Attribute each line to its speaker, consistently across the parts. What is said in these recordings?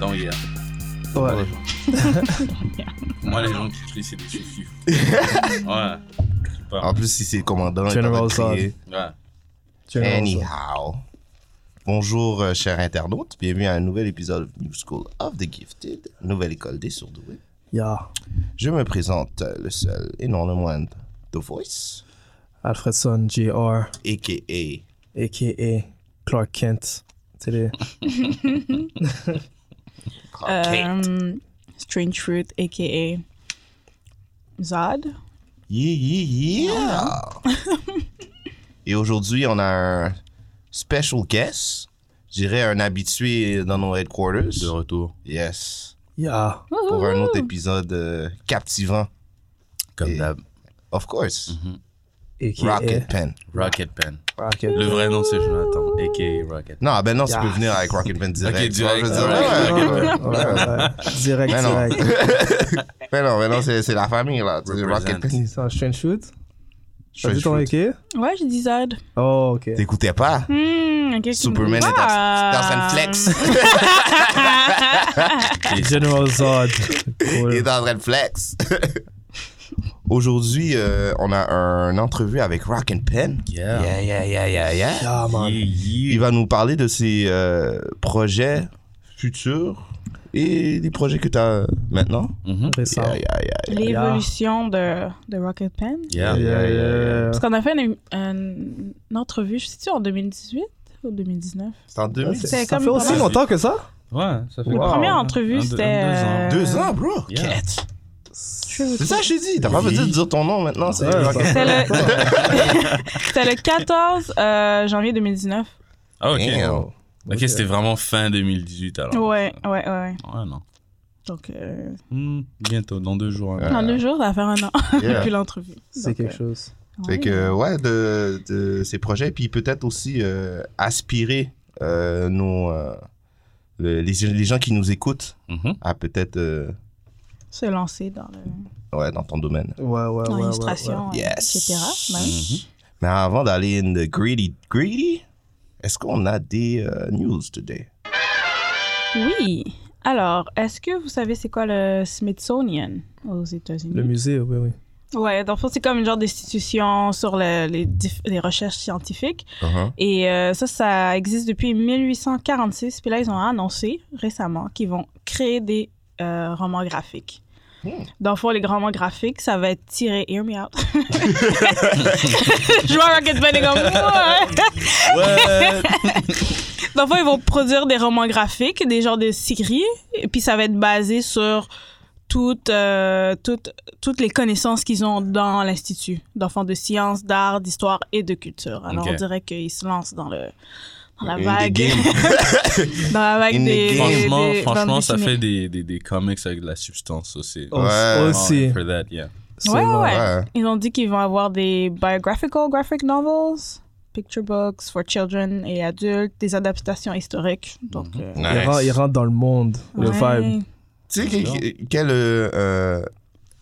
Speaker 1: Dans hier.
Speaker 2: Ouais.
Speaker 1: Moi, les gens qui crient, c'est des suffis. ouais. Qui parlent.
Speaker 3: En plus, si c'est le commandant, il est en
Speaker 2: General
Speaker 3: train de crier.
Speaker 1: Ouais.
Speaker 2: Tu as raison.
Speaker 3: Anyhow. Bonjour, euh, chers internautes. Bienvenue à un nouvel épisode de New School of the Gifted, nouvelle école des surdoués.
Speaker 2: Yeah.
Speaker 3: Je me présente euh, le seul et non le moindre, The Voice,
Speaker 2: Alfredson Jr.
Speaker 3: a.k.a.
Speaker 2: a.k.a. Clark Kent. C'est les-
Speaker 3: Clark Kent.
Speaker 4: Um, Strange Fruit, aka Zod.
Speaker 3: Yeah, yeah, yeah. et aujourd'hui, on a un special guest. Je dirais un habitué dans nos headquarters.
Speaker 1: De retour.
Speaker 3: Yes.
Speaker 2: Yeah.
Speaker 3: Pour un autre épisode euh, captivant.
Speaker 1: Comme
Speaker 3: Et-
Speaker 1: d'hab.
Speaker 3: Of course.
Speaker 2: A.k.a.
Speaker 3: Rocket Pen.
Speaker 1: Rocket Pen.
Speaker 2: Rocket.
Speaker 1: Le vrai nom, c'est Jonathan, a.k.a. Rocket.
Speaker 3: Non, ben non, tu
Speaker 2: Yeah.
Speaker 3: peux venir avec Rocket Band direct.
Speaker 1: Ok,
Speaker 3: tu vois, je veux
Speaker 1: direct,
Speaker 3: dire,
Speaker 1: alright,
Speaker 3: ouais,
Speaker 1: Rocket
Speaker 3: ouais,
Speaker 1: Band.
Speaker 3: ouais, ouais, ouais.
Speaker 2: Direct,
Speaker 3: Mais non.
Speaker 2: direct.
Speaker 3: Mais non, mais non, c'est c'est la famille, là. Tu sais,
Speaker 1: Represent.
Speaker 3: Rocket Band.
Speaker 2: C'est un strange shoot.
Speaker 3: Je
Speaker 2: T'as dit
Speaker 3: suis-
Speaker 2: ton A.k.a.?
Speaker 4: Ouais, j'ai dit Zod.
Speaker 2: Oh, ok.
Speaker 3: T'écoutais pas?
Speaker 4: Hmm, ok, Ah, tu me dis
Speaker 3: Superman est dans
Speaker 4: pas.
Speaker 3: un flex.
Speaker 2: General Zod. Cool.
Speaker 3: Il est en train de flex. Aujourd'hui, euh, on a un entrevue avec Rock and Pen.
Speaker 1: Yeah.
Speaker 3: yeah, yeah, yeah, yeah.
Speaker 2: Yeah, man.
Speaker 3: Il va nous parler de ses euh, projets futurs et des projets que tu as maintenant.
Speaker 1: Mhm.
Speaker 2: Récent.
Speaker 3: Yeah, yeah, yeah.
Speaker 4: L'évolution de, de Rocket Pen.
Speaker 1: Yeah.
Speaker 2: Yeah, yeah, yeah.
Speaker 4: Parce qu'on a fait une, une- une entrevue, je sais-tu, en 2018 ou 2019.
Speaker 3: C'est en 2000.
Speaker 4: C'est
Speaker 2: Ça
Speaker 4: comme
Speaker 2: fait aussi
Speaker 1: pas mal.
Speaker 2: longtemps que ça?
Speaker 1: Ouais, ça fait
Speaker 2: Wow.
Speaker 4: La première
Speaker 1: Un-
Speaker 4: entrevue,
Speaker 1: un-
Speaker 4: c'était.
Speaker 1: un- deux ans.
Speaker 4: euh,
Speaker 3: Deux ans, bro.
Speaker 1: Yeah.
Speaker 3: Quête.
Speaker 4: je-
Speaker 3: C'est ça, je t'ai dit. T'as pas besoin de dire ton nom maintenant. C'est
Speaker 2: Ouais,
Speaker 3: Rock and
Speaker 2: ça-
Speaker 4: C'était le, c'était le 14 euh, janvier 2019.
Speaker 1: Ah, ok.
Speaker 3: Damn.
Speaker 1: Ok, c'était vraiment fin 2018 alors.
Speaker 4: Ouais, ouais, ouais.
Speaker 1: Ouais, non.
Speaker 4: Donc, euh,
Speaker 1: Hmm, bientôt, dans deux jours. hein.
Speaker 4: en deux jours, ça va faire un an
Speaker 3: Euh, Yeah.
Speaker 4: depuis l'entrevue.
Speaker 2: C'est
Speaker 4: Donc,
Speaker 2: quelque
Speaker 4: euh,
Speaker 2: chose.
Speaker 3: Fait
Speaker 4: ouais.
Speaker 3: que, ouais, de, de ces projets. Puis peut-être aussi euh, aspirer euh, nos, euh, le- les, les gens qui nous écoutent
Speaker 1: Mhm.
Speaker 2: Mm-hmm.
Speaker 3: à peut-être euh,
Speaker 4: se lancer dans le-
Speaker 3: ouais, dans ton domaine.
Speaker 2: Ouais, ouais, ouais. ouais,
Speaker 4: dans
Speaker 2: ouais.
Speaker 4: l'illustration, euh,
Speaker 3: Yes. Mm-hmm.
Speaker 4: etc. Ouais.
Speaker 3: Mais avant d'aller in the greedy, greedy, est-ce qu'on a des euh, news today?
Speaker 2: Mm.
Speaker 4: Oui. Alors, est-ce que vous savez c'est quoi le Smithsonian aux États-Unis?
Speaker 2: Le musée, oui, oui.
Speaker 4: Ouais, dans le fond, c'est comme une genre d'institution sur le- les, dif- les recherches scientifiques. Et euh, ça, ça existe depuis 1846. Puis là, ils ont annoncé récemment qu'ils vont créer des euh, romans graphiques. Dans le fond, les romans graphiques, ça va être tiré. Hear me out. Je vois Rocket Man est comme. Ouais.
Speaker 1: Ouais.
Speaker 4: Dans le fond, ils vont produire des romans graphiques, des genres de séries, et puis ça va être basé sur toutes, euh, toutes, toutes les connaissances qu'ils ont dans l'Institut, d'enfants de sciences, d'art, d'histoire et de culture. Alors,
Speaker 1: Ok.
Speaker 4: on dirait qu'ils se lancent dans, le, dans la
Speaker 3: In the
Speaker 4: vague.
Speaker 3: game.
Speaker 4: dans la vague
Speaker 3: In the game.
Speaker 4: des. des-
Speaker 1: Franchement,
Speaker 4: des
Speaker 1: franchement
Speaker 4: bandes
Speaker 1: ça
Speaker 4: dessinées.
Speaker 1: fait des, des, des comics avec de la substance aussi.
Speaker 2: Aussi-
Speaker 3: Ouais.
Speaker 2: Aussi.
Speaker 1: For that, yeah.
Speaker 2: C'est
Speaker 4: Ouais,
Speaker 2: vrai.
Speaker 4: ouais.
Speaker 3: Ouais.
Speaker 4: Ils ont dit qu'ils vont avoir des biographical graphic novels, picture books for children et adultes, des adaptations historiques. Donc, euh,
Speaker 2: Il rentre- Il rentre dans le monde, le
Speaker 4: ouais.
Speaker 2: vibe.
Speaker 3: Tu sais, que- quel euh, euh,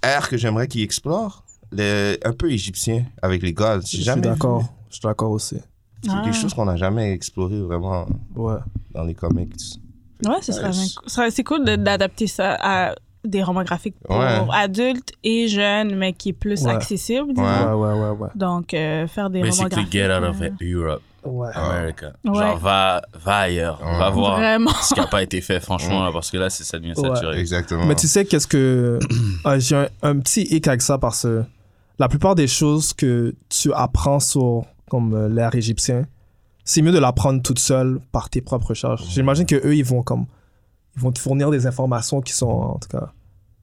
Speaker 3: air que j'aimerais qu'ils explorent? Le- un peu égyptien avec les gods.
Speaker 2: Je
Speaker 3: J'ai
Speaker 2: suis
Speaker 3: jamais vu.
Speaker 2: d'accord. Je suis d'accord aussi.
Speaker 3: C'est
Speaker 4: Ah.
Speaker 3: quelque chose qu'on n'a jamais exploré vraiment
Speaker 2: Ouais.
Speaker 3: dans les comics.
Speaker 4: Ouais, ce serait
Speaker 3: Nice.
Speaker 4: bien cou- ce serait- C'est cool de- d'adapter ça à des romans graphiques pour
Speaker 3: Ouais.
Speaker 4: adultes et jeunes, mais qui est plus
Speaker 2: Ouais.
Speaker 4: accessible, disons.
Speaker 3: Ouais.
Speaker 2: Ouais, ouais, ouais, ouais.
Speaker 4: Donc, euh, faire des romans
Speaker 1: Basically,
Speaker 4: graphiques.
Speaker 1: get out of E-
Speaker 4: euh,
Speaker 1: Europe,
Speaker 2: Ouais.
Speaker 1: Ah, America.
Speaker 4: Ouais.
Speaker 1: Genre, va, va ailleurs. Va voir
Speaker 4: Vraiment.
Speaker 1: ce qui n'a pas été fait, franchement, là, parce que là, c'est- ça devient
Speaker 2: Ouais.
Speaker 1: saturé.
Speaker 3: Exactement.
Speaker 2: Mais tu sais, qu'est-ce que. Ah, J'ai un, un petit hic avec ça parce que la plupart des choses que tu apprends sur comme euh, l'ère égyptien, c'est mieux de l'apprendre toute seule par tes propres recherches. J'imagine que eux, ils vont comme. Ils vont te fournir des informations qui sont, en tout cas,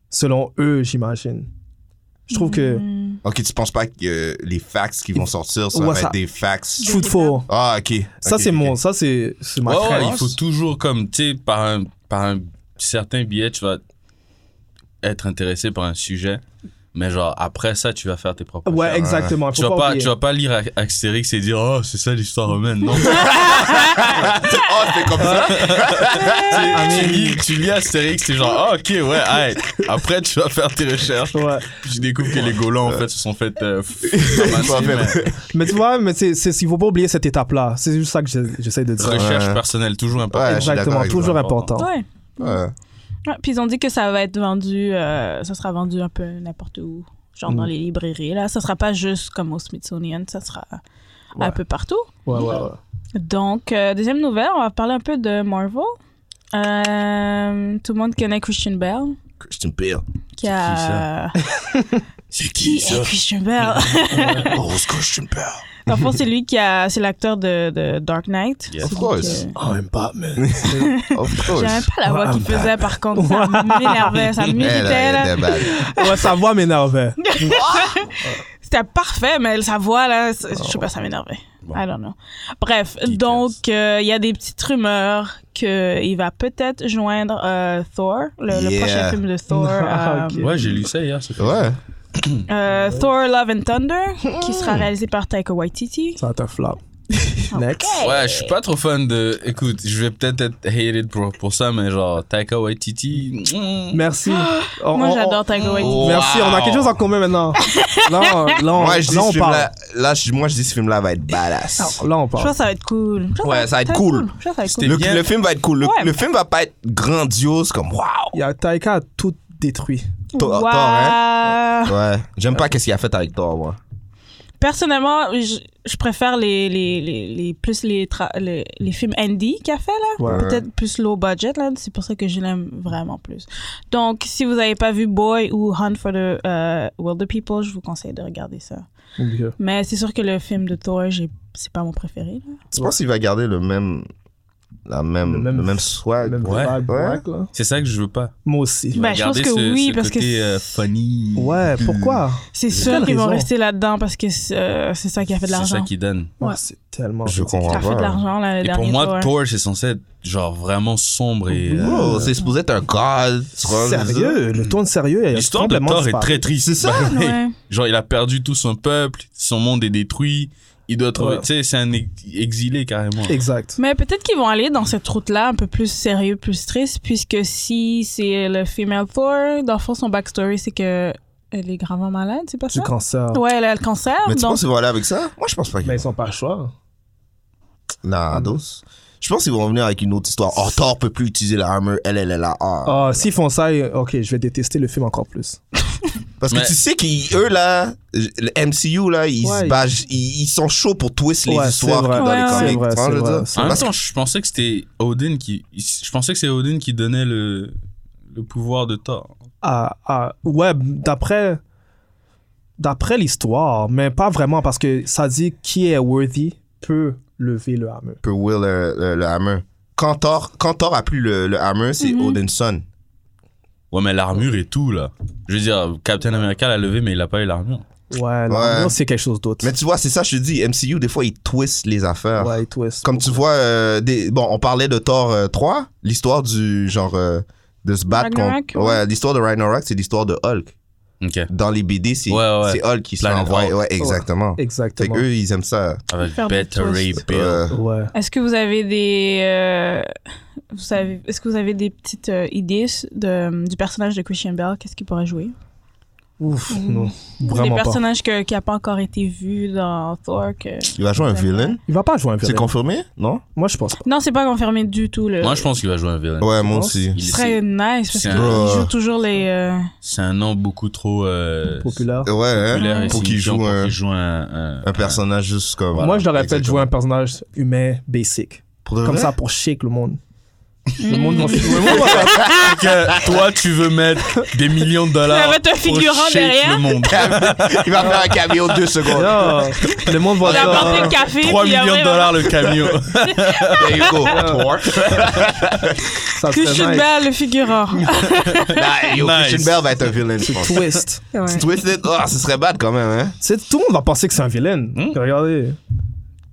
Speaker 2: selon eux, j'imagine. Je trouve que
Speaker 4: Hmm.
Speaker 3: Ok, tu penses pas que euh, les fax qui vont sortir, ça
Speaker 2: Ouais,
Speaker 3: va
Speaker 2: ça-
Speaker 3: être des fax.
Speaker 4: Des-
Speaker 2: truthful.
Speaker 3: Ah, ok.
Speaker 2: Ça,
Speaker 3: Ok,
Speaker 2: c'est
Speaker 3: ok.
Speaker 2: mon. Ça, c'est c'est ma
Speaker 1: Ouais, ouais, il
Speaker 2: croyance.
Speaker 1: faut toujours, comme, tu sais, par un, par un certain biais, tu vas être intéressé par un sujet, mais genre, après ça, tu vas faire tes propres
Speaker 2: Ouais,
Speaker 1: recherches.
Speaker 2: exactement.
Speaker 1: Tu
Speaker 2: Faut
Speaker 1: vas,
Speaker 2: pas,
Speaker 1: pas,
Speaker 2: oublier.
Speaker 1: tu vas pas lire A- Astérix et dire Oh, c'est ça l'histoire romaine. Non.
Speaker 3: Ah, c'est comme ça.
Speaker 1: tu, tu lis, tu lis Astérix, c'est genre Ah, ok, ouais, ouais. Après, tu vas faire tes recherches.
Speaker 2: Ouais.
Speaker 1: Puis tu découvres que les Gaulans, en fait, se sont fait. euh, ramasser,
Speaker 3: Pas même.
Speaker 1: mais
Speaker 2: Mais tu vois, mais c'est, c'est, il faut pas oublier cette étape-là. C'est juste ça que j'ai- j'essaie de dire.
Speaker 1: recherche
Speaker 3: Ouais.
Speaker 1: personnelle, toujours
Speaker 3: Ouais,
Speaker 1: importante.
Speaker 3: Ah, je suis d'accord
Speaker 2: Exactement,
Speaker 3: avec
Speaker 2: toujours
Speaker 1: toi.
Speaker 2: important.
Speaker 4: Ouais.
Speaker 3: Ouais.
Speaker 4: Ouais, Puis ils ont dit que ça va être vendu, euh, ça sera vendu un peu n'importe où, genre
Speaker 2: Mm.
Speaker 4: dans les librairies. Là, ça sera pas juste comme au Smithsonian, ça sera un peu partout.
Speaker 2: Ouais, ouais, ouais.
Speaker 4: Donc, euh, deuxième nouvelle, on va parler un peu de Marvel. Euh, tout le monde connaît Christian Bell,
Speaker 3: Christian Bale.
Speaker 4: qui a.
Speaker 3: C'est
Speaker 4: Qui est Christian Bell
Speaker 2: Oh,
Speaker 3: Rose Christian Bale.
Speaker 4: Dans le fond, c'est lui qui a, c'est l'acteur de, de Dark Knight.
Speaker 1: Yeah.
Speaker 4: C'est
Speaker 3: Of
Speaker 4: lui
Speaker 3: course.
Speaker 4: que-
Speaker 2: Oh, même pas, mais.
Speaker 3: Of course.
Speaker 4: J'aimais pas la voix
Speaker 2: Ouais,
Speaker 4: qu'il
Speaker 2: I'm
Speaker 4: faisait, par contre. Ça m'énervait, ça
Speaker 3: Elle,
Speaker 4: m'irritait.
Speaker 3: elle
Speaker 4: là.
Speaker 3: était bad.
Speaker 2: Ouais, sa voix m'énervait.
Speaker 4: C'était parfait, mais sa voix, là, c'est- je sais pas, ça m'énervait. I don't know. Bref, donc, euh, il y a des petites rumeurs qu'il va peut-être joindre euh, Thor, le, le
Speaker 3: Yeah.
Speaker 4: prochain film de Thor.
Speaker 2: Ah,
Speaker 4: euh,
Speaker 2: ok.
Speaker 1: Ouais, j'ai lu ça hier. ça fait-
Speaker 3: Ouais.
Speaker 4: euh, Thor Love and Thunder, qui sera réalisé par Taika Waititi.
Speaker 2: Ça va être un flop. Next.
Speaker 1: Ouais, je suis pas trop fan de. Écoute, je vais peut-être être hated pour, pour ça, mais genre, Taika Waititi. mm,
Speaker 2: Merci. On-
Speaker 4: Moi,
Speaker 2: on-
Speaker 4: j'adore Taika Waititi.
Speaker 2: on- Merci, on a quelque chose en commun maintenant. Là, on, là, on,
Speaker 3: Moi, je dis
Speaker 2: là,
Speaker 3: ce
Speaker 2: on parle.
Speaker 3: film-là, là, je- moi, je dis ce film-là va être badass.
Speaker 2: Là, on
Speaker 4: Je pense
Speaker 2: parle.
Speaker 4: que ça va être cool. Je pense que
Speaker 3: Ouais, ça va être cool.
Speaker 4: Je pense que ça va être
Speaker 3: Le,
Speaker 4: cool.
Speaker 1: bien.
Speaker 3: le film va être cool. Le,
Speaker 4: Ouais.
Speaker 3: le film va pas être grandiose comme waouh.
Speaker 2: Il y a Taika a tout détruit.
Speaker 3: Thor, Thor, hein? Ouais. J'aime
Speaker 2: Euh,
Speaker 3: pas qu'est-ce qu'il a fait avec Thor, moi.
Speaker 4: Personnellement, je, je préfère les, les, les, les- plus les, tra- les, les films Andy qu'a fait, là.
Speaker 2: Ouais.
Speaker 4: Peut-être plus low budget, là. C'est pour ça que je l'aime vraiment plus. Donc, si vous n'avez pas vu Boy ou Hunt for the euh, Wilder People, je vous conseille de regarder ça.
Speaker 2: Oublié.
Speaker 4: Mais c'est sûr que le film de Thor, j'ai- c'est pas mon préféré. là.
Speaker 3: Tu penses qu'il va garder le même, la même,
Speaker 2: Le
Speaker 3: le
Speaker 2: même-
Speaker 3: même, swag?
Speaker 2: Même
Speaker 1: Ouais.
Speaker 2: vibe,
Speaker 3: Ouais.
Speaker 2: black, là.
Speaker 1: C'est ça que je veux pas.
Speaker 2: Moi aussi.
Speaker 4: Ben, je pense
Speaker 1: Regardez
Speaker 4: que
Speaker 1: ce-
Speaker 4: oui,
Speaker 1: ce
Speaker 4: parce que
Speaker 1: côté,
Speaker 4: c'est-
Speaker 1: euh, funny.
Speaker 2: Ouais,
Speaker 3: Hmm.
Speaker 1: plus-
Speaker 2: pourquoi
Speaker 4: C'est
Speaker 2: quelle
Speaker 4: sûr qu'ils vont
Speaker 2: raison?
Speaker 4: rester là-dedans parce que c'est euh, c'est ça qui a fait de
Speaker 1: C'est ça
Speaker 4: l'argent.
Speaker 1: qui donne.
Speaker 2: Ah, C'est tellement.
Speaker 3: Je comprends
Speaker 4: Ça a fait de
Speaker 3: pas.
Speaker 4: l'argent, là, le
Speaker 1: Et
Speaker 4: dernier
Speaker 1: pour moi,
Speaker 4: Thor.
Speaker 1: Thor, c'est censé être genre vraiment sombre et. euh,
Speaker 3: Bro, c'est supposé être un god. tu vois,
Speaker 2: Sérieux,
Speaker 3: Hmm.
Speaker 2: le ton de sérieux est
Speaker 1: L'histoire de
Speaker 2: complètement
Speaker 1: Thor est
Speaker 2: disparu.
Speaker 1: très triste.
Speaker 3: C'est ça,
Speaker 1: Bah,
Speaker 4: Ouais.
Speaker 1: Genre, il a perdu tout son peuple, son monde est détruit. Il doit trouver.
Speaker 2: Ouais.
Speaker 1: Tu sais, c'est un ex- exilé carrément.
Speaker 2: Exact.
Speaker 4: Mais peut-être qu'ils vont aller dans cette route-là, un peu plus sérieux, plus triste, puisque si c'est le female Thor, dans le fond, son backstory, c'est que elle est gravement malade, c'est pas
Speaker 2: Du
Speaker 4: ça?
Speaker 2: cancer.
Speaker 4: Ouais, elle a le cancer,
Speaker 3: Mais tu
Speaker 4: donc
Speaker 3: penses qu'ils vont aller avec ça? Moi, je pense pas qu'ils
Speaker 2: Mais ils sont pas le choix.
Speaker 3: Nah,
Speaker 2: Mm.
Speaker 3: dos. Je pense qu'ils vont venir avec une autre histoire. Oh, Thor peut plus utiliser la armor. Elle, elle, elle, a ah.
Speaker 2: Ah, s'ils font ça, euh, ok, je vais détester le film encore plus.
Speaker 3: Parce
Speaker 1: Mais-
Speaker 3: que tu sais qu'eux, là, le MCU, là, ils,
Speaker 2: Ouais,
Speaker 3: se bâchent- ils, ils sont chauds pour twist les
Speaker 2: Ouais,
Speaker 3: histoires
Speaker 2: c'est
Speaker 3: qu'il y a
Speaker 4: vrai.
Speaker 3: dans
Speaker 4: Ouais,
Speaker 3: les
Speaker 2: ouais.
Speaker 3: comics. Tu vois, je veux
Speaker 2: C'est vrai,
Speaker 3: dire?
Speaker 2: c'est
Speaker 1: En même
Speaker 3: Parce que
Speaker 1: temps, je pensais que c'était Odin qui. Je pensais que c'est Odin qui donnait le, le pouvoir de Thor.
Speaker 2: Ah, ah, ouais, d'après. D'après l'histoire, mais pas vraiment, parce que ça dit qui est worthy peut lever le hammer.
Speaker 3: que Will, le, le- le hammer. Quand Thor, quand Thor a plus le, le hammer, c'est
Speaker 2: Mm-hmm.
Speaker 4: Mhm.
Speaker 3: Odinson.
Speaker 1: Ouais, mais l'armure et tout, là. Je veux dire, Captain America l'a levé, mais il a pas eu l'armure.
Speaker 2: Ouais, non, c'est quelque chose d'autre.
Speaker 3: Mais tu vois, c'est ça, je te dis. MCU, des fois, ils twistent les affaires.
Speaker 2: Ouais, twist.
Speaker 3: Comme tu vois, euh, des, bon, on parlait de Thor euh, 3, l'histoire du genre euh, de se battre
Speaker 4: Ragnarok,
Speaker 3: contre. Ouais, l'histoire de Ragnarok, c'est l'histoire de Hulk.
Speaker 1: Ok.
Speaker 3: Dans les BD, c'est
Speaker 1: Ouais, ouais.
Speaker 3: c'est Hulk qui se
Speaker 1: Planet
Speaker 3: l'envoie.
Speaker 1: Hulk.
Speaker 3: Ouais, exactement. Fait
Speaker 2: Exactement.
Speaker 3: que eux, ils aiment ça.
Speaker 1: Avec
Speaker 4: Faire des
Speaker 1: Better Ray
Speaker 4: twists.
Speaker 1: Bill.
Speaker 3: Euh,
Speaker 2: Ouais.
Speaker 4: est-ce que vous avez des. euh, vous savez, est-ce que vous avez des petites euh, idées de, du personnage de Christian Bell? Qu'est-ce qu'il pourrait jouer?
Speaker 2: Ouf, non.
Speaker 4: des
Speaker 2: Vraiment pas.
Speaker 4: personnages que- qui n'ont pas encore été vus dans Thor. Que...
Speaker 3: il va jouer un villain.
Speaker 2: Il va pas jouer un
Speaker 3: C'est
Speaker 2: villain.
Speaker 3: confirmé, non?
Speaker 2: Moi, je pense pas.
Speaker 4: Non, c'est pas confirmé du tout. Le...
Speaker 1: Moi, je pense qu'il va jouer un villain.
Speaker 3: Ouais, moi
Speaker 2: penses?
Speaker 3: aussi.
Speaker 1: Il-
Speaker 4: Ce serait
Speaker 1: C'est
Speaker 4: nice parce
Speaker 1: c'est
Speaker 4: qu'il
Speaker 1: un-
Speaker 4: joue toujours les. euh,
Speaker 1: c'est un nom beaucoup trop euh,
Speaker 2: Populaire.
Speaker 3: Ouais, hein?
Speaker 1: populaire et
Speaker 3: Pour qu'il
Speaker 1: signifiant
Speaker 3: joue
Speaker 1: pour
Speaker 3: un,
Speaker 1: qu'il joue un- un-
Speaker 3: un personnage juste comme.
Speaker 2: Moi, je le répète,
Speaker 3: Exactement.
Speaker 2: jouer un personnage humain basic.
Speaker 3: Pour de
Speaker 2: Comme
Speaker 3: vrai?
Speaker 2: ça, pour shake le monde. Le monde va
Speaker 4: hmm,
Speaker 2: le monde va-
Speaker 1: que toi, tu veux mettre des millions de dollars
Speaker 4: Ça va être un
Speaker 1: pour
Speaker 4: figurant
Speaker 1: shake
Speaker 4: derrière.
Speaker 1: le monde.
Speaker 3: il va faire un cameo deux secondes.
Speaker 2: Yo, le monde va
Speaker 4: Il a apporté le café.
Speaker 1: 3
Speaker 4: puis ah
Speaker 1: millions
Speaker 4: après,
Speaker 1: de
Speaker 4: voilà.
Speaker 1: dollars le camion.
Speaker 3: There you go. Thor.
Speaker 2: Ça serait
Speaker 4: Christian
Speaker 2: nice.
Speaker 4: Bale, le figurant.
Speaker 3: Nah, yo,
Speaker 1: Nice.
Speaker 3: Christian Bale va être un villain, je
Speaker 2: C'est
Speaker 3: pense.
Speaker 2: twist.
Speaker 4: Ouais.
Speaker 3: C'est Twisted? Ah, ce serait bad quand même, hein?
Speaker 2: Tu sais, tout le monde va penser que c'est un vilain.
Speaker 3: Hmm?
Speaker 2: Regardez.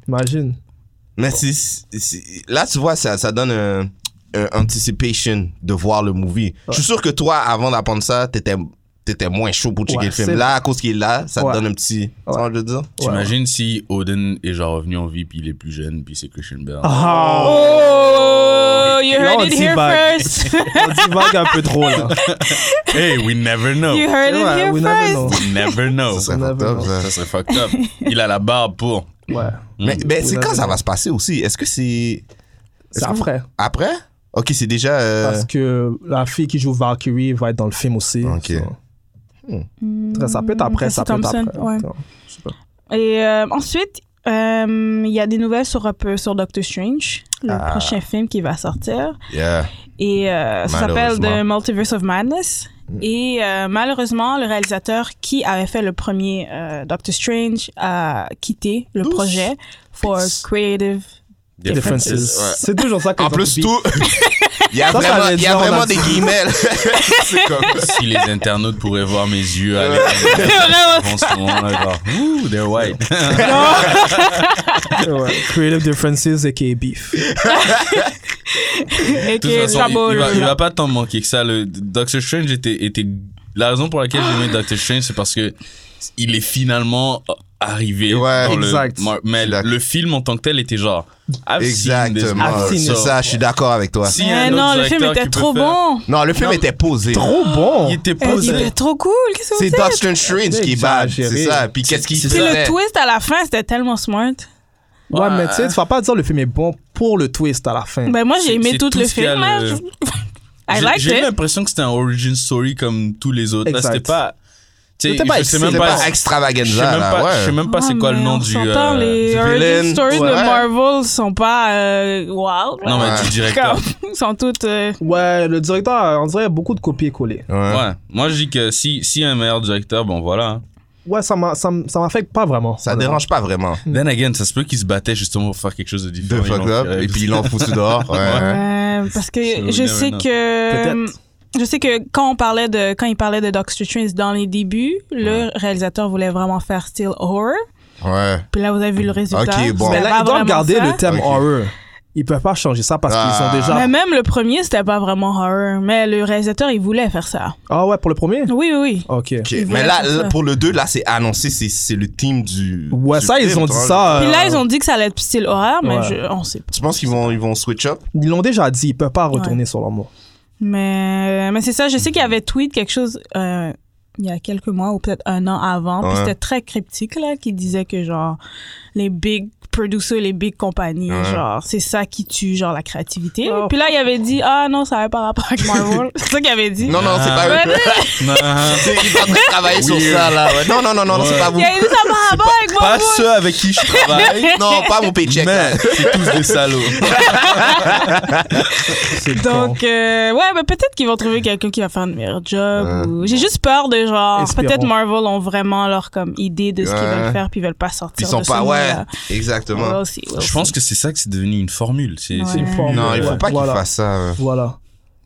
Speaker 2: Imagine.
Speaker 3: Mais si- si- là, tu vois, ça, ça donne un, un anticipation de voir le movie. Je suis sûr que toi, avant d'apprendre ça, t'étais t'étais moins chaud pour checker
Speaker 2: Ouais,
Speaker 3: le film.
Speaker 2: c'est-
Speaker 3: Là, à cause qu'il est là, ça
Speaker 2: Ouais.
Speaker 3: te donne un petit... Tu vois ce que je veux dire?
Speaker 1: T'imagines si Odin est genre revenu en vie, puis il est plus jeune, puis c'est Christian Bale.
Speaker 2: Ah,
Speaker 4: Oh, you
Speaker 2: Là, on
Speaker 4: heard it
Speaker 2: dit
Speaker 4: here
Speaker 2: vague.
Speaker 4: first.
Speaker 2: on divague un peu trop, là.
Speaker 1: Hey, we never know.
Speaker 4: You heard it
Speaker 2: Ouais,
Speaker 4: here
Speaker 2: we never
Speaker 4: first.
Speaker 2: know.
Speaker 1: We never know.
Speaker 3: Ça serait
Speaker 2: never
Speaker 3: fucked up,
Speaker 2: know.
Speaker 3: ça.
Speaker 1: Ça serait fucked up. Il a la barbe pour.
Speaker 2: Ouais.
Speaker 3: Mais, mais c'est
Speaker 2: never
Speaker 3: quand ça
Speaker 2: know.
Speaker 3: va se passer aussi? Est-ce que c'est...
Speaker 2: C'est après.
Speaker 3: Après? OK, c'est déjà... euh,
Speaker 2: Parce que la fille qui joue Valkyrie va être dans le film aussi.
Speaker 3: Ok.
Speaker 2: Ça, ça peut être après,
Speaker 4: Cassie
Speaker 2: ça peut être
Speaker 4: Thompson,
Speaker 2: après.
Speaker 4: ouais.
Speaker 2: Attends, je sais pas.
Speaker 4: Et euh, ensuite, euh, il y a des nouvelles sur, un peu sur Doctor Strange, le
Speaker 3: Ah.
Speaker 4: prochain film qui va sortir.
Speaker 3: yeah.
Speaker 4: Et euh, ça s'appelle The
Speaker 3: Malheureusement.
Speaker 4: Multiverse of Madness.
Speaker 1: Mm.
Speaker 4: Et euh, malheureusement, le réalisateur qui avait fait le premier euh, Doctor Strange a quitté le
Speaker 3: Douce.
Speaker 4: projet for
Speaker 3: Peace.
Speaker 4: creative.
Speaker 2: Differences.
Speaker 1: Ouais.
Speaker 2: C'est toujours ça que
Speaker 3: En
Speaker 2: les
Speaker 3: plus, tout...
Speaker 2: autres
Speaker 3: Il y a
Speaker 2: Ça, ça
Speaker 3: vraiment,
Speaker 2: allait
Speaker 3: il y a
Speaker 2: dire, on a
Speaker 3: vraiment
Speaker 2: dit.
Speaker 3: des guillemets. là. c'est comme...
Speaker 1: Si les internautes pourraient voir mes yeux aller en ce moment-là, genre, Ouh, they're white.
Speaker 2: disent. Ouais. Creative Differences et qui beef.
Speaker 4: Et
Speaker 1: De toute
Speaker 4: que
Speaker 1: façon, il,
Speaker 4: Trouble-
Speaker 1: il va, il va pas tant manquer que ça. Le Doctor Strange était, était la raison pour laquelle j'ai aimé Doctor Strange, c'est parce que il est finalement arrivé.
Speaker 3: Ouais.
Speaker 1: dans le
Speaker 2: Exact.
Speaker 1: mar- mais
Speaker 3: Je suis
Speaker 1: le film en tant que tel était genre. I've seen this
Speaker 3: Exactement.
Speaker 1: before.
Speaker 2: I've seen
Speaker 3: C'est
Speaker 2: it.
Speaker 3: ça, je suis d'accord avec toi.
Speaker 1: S'il y a
Speaker 4: Mais
Speaker 1: un
Speaker 4: Eh non,
Speaker 1: autre
Speaker 4: le film
Speaker 1: acteur
Speaker 4: était
Speaker 1: qui peut
Speaker 4: trop
Speaker 1: faire-
Speaker 4: bon.
Speaker 3: Non, le film était posé.
Speaker 2: Trop bon.
Speaker 1: Il était
Speaker 4: Euh, Il
Speaker 1: posé.
Speaker 4: était trop cool. Qu'est-ce que
Speaker 3: C'est
Speaker 4: vous faites?
Speaker 3: Doctor Strange qui est bad, c'est
Speaker 2: Exagéré.
Speaker 3: ça. Puis qu'est-ce qu'il
Speaker 1: C'est
Speaker 4: Puis
Speaker 3: fait?
Speaker 4: le twist à la fin, c'était tellement smart.
Speaker 2: Ouais, mais tu sais, tu vas pas dire le film est bon pour le twist à la fin.
Speaker 4: Ben moi,
Speaker 1: Mm. C'est-
Speaker 4: j'ai aimé
Speaker 1: c'est
Speaker 4: tout,
Speaker 1: tout
Speaker 4: le
Speaker 1: ce qu'il y a,
Speaker 4: film. hein.
Speaker 1: le-
Speaker 4: I
Speaker 1: J'ai-
Speaker 4: liked
Speaker 1: J'ai eu
Speaker 4: it.
Speaker 1: l'impression que c'était un origin story comme tous les autres. Là,
Speaker 2: Exact.
Speaker 1: c'était pas. Tu sais,
Speaker 2: C'était pas
Speaker 1: je sais
Speaker 2: excellent.
Speaker 1: même
Speaker 3: C'était
Speaker 1: pas.
Speaker 3: pas
Speaker 1: je sais même
Speaker 3: extravaganza,
Speaker 1: pas, je
Speaker 3: là,
Speaker 1: sais
Speaker 3: ouais.
Speaker 1: même pas c'est
Speaker 4: Ouais,
Speaker 1: quoi le
Speaker 4: Ah, mais
Speaker 1: nom
Speaker 4: on
Speaker 1: du.
Speaker 4: s'entend,
Speaker 1: euh,
Speaker 4: les
Speaker 3: du
Speaker 4: origin
Speaker 3: villain.
Speaker 4: stories de
Speaker 3: Ouais.
Speaker 4: Marvel sont pas euh, wild.
Speaker 1: Non, mais
Speaker 3: Ouais.
Speaker 1: du directeur.
Speaker 4: Ils sont toutes... euh,
Speaker 2: Ouais, le directeur, on dirait beaucoup de copier-coller.
Speaker 3: Ouais.
Speaker 1: Ouais. Moi, je dis que si, si un meilleur directeur, bon, voilà.
Speaker 2: Ouais, ça m'a- ça m- ça m'affecte pas vraiment.
Speaker 3: Ça dérange pas vraiment.
Speaker 4: Mm.
Speaker 1: Then again, ça se peut qu'ils se battaient justement pour faire quelque chose de
Speaker 3: De
Speaker 1: différent. Ils
Speaker 3: fuck
Speaker 1: l'ont
Speaker 3: up,
Speaker 1: fait.
Speaker 3: et puis ils l'ont foutu dehors. ouais.
Speaker 4: euh, parce que
Speaker 1: C'est
Speaker 4: je
Speaker 1: never
Speaker 4: sais
Speaker 1: know.
Speaker 4: que...
Speaker 2: Peut-être.
Speaker 4: Je sais que quand on parlait de quand il parlait de Doctor Strange dans les débuts, le réalisateur voulait vraiment faire style horror.
Speaker 3: Ouais.
Speaker 4: Puis là, vous avez vu le résultat.
Speaker 3: Ok, bon.
Speaker 2: Mais
Speaker 4: C'était
Speaker 2: là,
Speaker 4: pas
Speaker 2: ils doivent
Speaker 4: vraiment
Speaker 2: garder
Speaker 4: ça.
Speaker 2: le thème
Speaker 3: Ok.
Speaker 2: horror. Ils peuvent pas changer ça parce
Speaker 3: Ah.
Speaker 2: qu'ils sont
Speaker 4: Mais
Speaker 2: déjà.
Speaker 4: même le premier, c'était pas vraiment horror. Mais le réalisateur, il voulait faire ça.
Speaker 2: Ah ouais, pour le premier
Speaker 4: Oui, oui, oui.
Speaker 2: Ok.
Speaker 3: Ok.
Speaker 4: Ils
Speaker 3: Mais
Speaker 4: veulent
Speaker 3: là,
Speaker 4: faire ça.
Speaker 3: là, pour le 2, là, c'est annoncé, c'est c'est le team du.
Speaker 2: Ouais,
Speaker 3: du
Speaker 2: ça, ils
Speaker 3: film,
Speaker 2: ont
Speaker 3: tu
Speaker 2: dit
Speaker 3: vois.
Speaker 2: ça.
Speaker 4: Puis
Speaker 2: euh,
Speaker 4: là, ils ont dit que ça allait être style horreur, mais
Speaker 2: Ouais.
Speaker 4: je, on sait pas.
Speaker 3: Tu penses qu'ils vont, ils vont switch up?
Speaker 2: Ils l'ont déjà dit, ils peuvent pas retourner sur leur mot.
Speaker 4: Mais, mais c'est ça, je sais qu'il y avait tweet quelque chose euh, il y a quelques mois ou peut-être un an avant, puis
Speaker 3: Ouais.
Speaker 4: c'était très cryptique, là, qui disait que, genre, les big producers, les big compagnies,
Speaker 3: Ouais.
Speaker 4: genre, c'est ça qui tue, genre, la créativité.
Speaker 2: Oh.
Speaker 4: Puis là, il avait dit, ah non, ça avait pas rapport avec Marvel. c'est ça qu'il avait dit.
Speaker 3: Non, non, c'est
Speaker 1: Ah.
Speaker 3: pas eux.
Speaker 1: Non,
Speaker 3: C'est- Ils sont en train de travailler sur
Speaker 1: Weird.
Speaker 3: ça, là. ouais. Non, non, non, non,
Speaker 1: Ouais.
Speaker 3: c'est pas vous.
Speaker 4: Il avait dit, ça n'a pas rapport avec
Speaker 1: pas
Speaker 4: Marvel.
Speaker 1: ceux avec qui je travaille.
Speaker 3: Non, pas mon paycheck. là.
Speaker 1: mais c'est tous des salauds.
Speaker 2: C'est con.
Speaker 4: Donc, euh, ouais, mais peut-être qu'ils vont trouver quelqu'un qui va faire un meilleur job.
Speaker 3: Ouais.
Speaker 4: ou- J'ai juste peur de genre,
Speaker 2: Espérons.
Speaker 4: peut-être Marvel ont vraiment leur comme idée de ce qu'ils
Speaker 3: Ouais.
Speaker 4: veulent faire puis ils veulent pas sortir.
Speaker 3: Ils sont
Speaker 4: de
Speaker 3: pas,
Speaker 4: ce
Speaker 3: ouais.
Speaker 4: moule-là.
Speaker 3: Exactement.
Speaker 4: We'll see, we'll
Speaker 1: Je
Speaker 4: see.
Speaker 1: pense que c'est ça que c'est devenu une formule. C'est, c'est
Speaker 4: Ouais.
Speaker 1: plus,
Speaker 2: Formule.
Speaker 3: Non, il faut
Speaker 2: Ouais.
Speaker 3: pas qu'ils
Speaker 2: Voilà.
Speaker 3: fassent ça. euh.
Speaker 2: Voilà.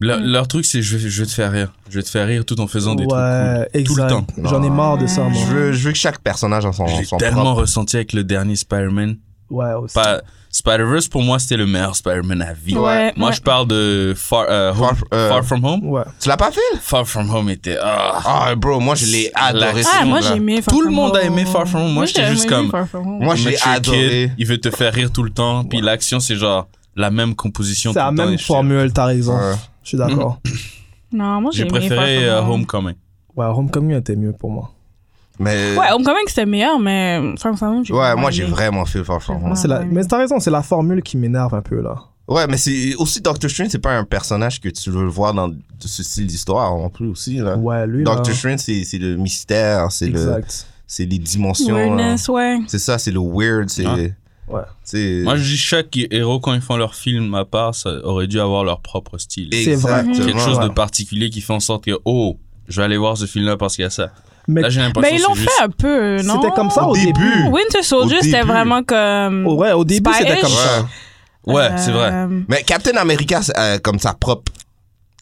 Speaker 1: Leur, leur truc, c'est je vais, je vais te faire rire. Je vais te faire rire tout en faisant des
Speaker 2: Ouais,
Speaker 1: trucs cool. Tout le temps.
Speaker 2: exact. J'en ai marre de ça, moi.
Speaker 3: Je veux, je veux que chaque personnage en son,
Speaker 1: J'ai
Speaker 3: son
Speaker 1: tellement
Speaker 3: propre.
Speaker 1: ressenti avec le dernier Spider-Man.
Speaker 2: Ouais, aussi.
Speaker 1: Pas, Spider-Verse, pour moi, c'était le meilleur Spider-Man à vie.
Speaker 4: Ouais,
Speaker 1: moi,
Speaker 4: ouais.
Speaker 1: je parle de Far, euh, Home-
Speaker 3: Far- euh,
Speaker 1: Far From Home.
Speaker 2: Ouais.
Speaker 3: Tu l'as pas fait? là?
Speaker 1: Far From Home était. ah.
Speaker 3: Ah, bro, moi je l'ai adoré.
Speaker 1: Ah,
Speaker 3: ce
Speaker 4: Ah, moi
Speaker 3: monde-là.
Speaker 4: j'ai aimé Far
Speaker 1: Tout le
Speaker 4: From
Speaker 1: monde a
Speaker 4: Home.
Speaker 1: aimé Far From Home. Moi, j'étais
Speaker 4: j'ai
Speaker 1: juste
Speaker 4: aimé
Speaker 1: comme-
Speaker 4: Far From Home.
Speaker 3: Moi je l'ai
Speaker 1: Mature
Speaker 3: adoré.
Speaker 1: Kid, il veut te faire rire tout le temps. Puis l'action, c'est genre la même composition.
Speaker 2: C'est
Speaker 1: tout
Speaker 2: la
Speaker 1: le temps, et
Speaker 2: même
Speaker 1: je-
Speaker 2: formule, t'as raison.
Speaker 3: Ouais.
Speaker 2: Je suis d'accord.
Speaker 4: Non, moi j'ai
Speaker 1: J'ai
Speaker 4: aimé
Speaker 1: préféré
Speaker 4: Far
Speaker 1: euh,
Speaker 4: From Home.
Speaker 1: Homecoming.
Speaker 2: Ouais, Homecoming était mieux pour moi.
Speaker 1: euh,
Speaker 3: Mais.
Speaker 4: Ouais, Homecoming c'était meilleur, mais Far From Home.
Speaker 3: Ouais, moi j'ai
Speaker 4: aimé.
Speaker 3: vraiment fait Far From Home.
Speaker 2: C'est la...
Speaker 4: ouais.
Speaker 2: Mais t'as raison, c'est la formule qui m'énerve un peu, là.
Speaker 3: Ouais, mais c'est aussi Doctor Strange, c'est pas un personnage que tu veux voir dans ce style d'histoire en plus aussi. Là.
Speaker 2: Ouais, lui, là.
Speaker 3: Doctor Strange, c'est c'est le mystère, c'est le,
Speaker 2: Exact.
Speaker 3: c'est les dimensions. là.
Speaker 4: Weirdness, ouais.
Speaker 3: C'est ça, c'est le weird, c'est.
Speaker 1: Ouais.
Speaker 2: Ouais.
Speaker 3: c'est-
Speaker 1: Moi, je dis chaque héros, quand ils font leur film à part, ça aurait dû avoir leur propre style.
Speaker 2: C'est vrai.
Speaker 3: Exactement.
Speaker 1: Quelque chose
Speaker 2: Ouais.
Speaker 1: de particulier qui fait en sorte que, oh, je vais aller voir ce film-là parce qu'il y a ça.
Speaker 2: Mais
Speaker 1: Là, j'ai l'impression que
Speaker 4: Mais Ben, ils l'ont
Speaker 1: c'est juste-
Speaker 4: fait un peu, euh, non
Speaker 2: c'était comme ça
Speaker 3: Au
Speaker 2: au début.
Speaker 3: début.
Speaker 4: Winter Soldier, c'était
Speaker 3: début.
Speaker 4: vraiment comme.
Speaker 2: Ouais, au début, c'était
Speaker 4: Spy-ish.
Speaker 2: comme
Speaker 3: Ouais.
Speaker 2: ça.
Speaker 1: Ouais, c'est vrai.
Speaker 4: Euh,
Speaker 3: Mais Captain America, c'est, euh, comme sa propre,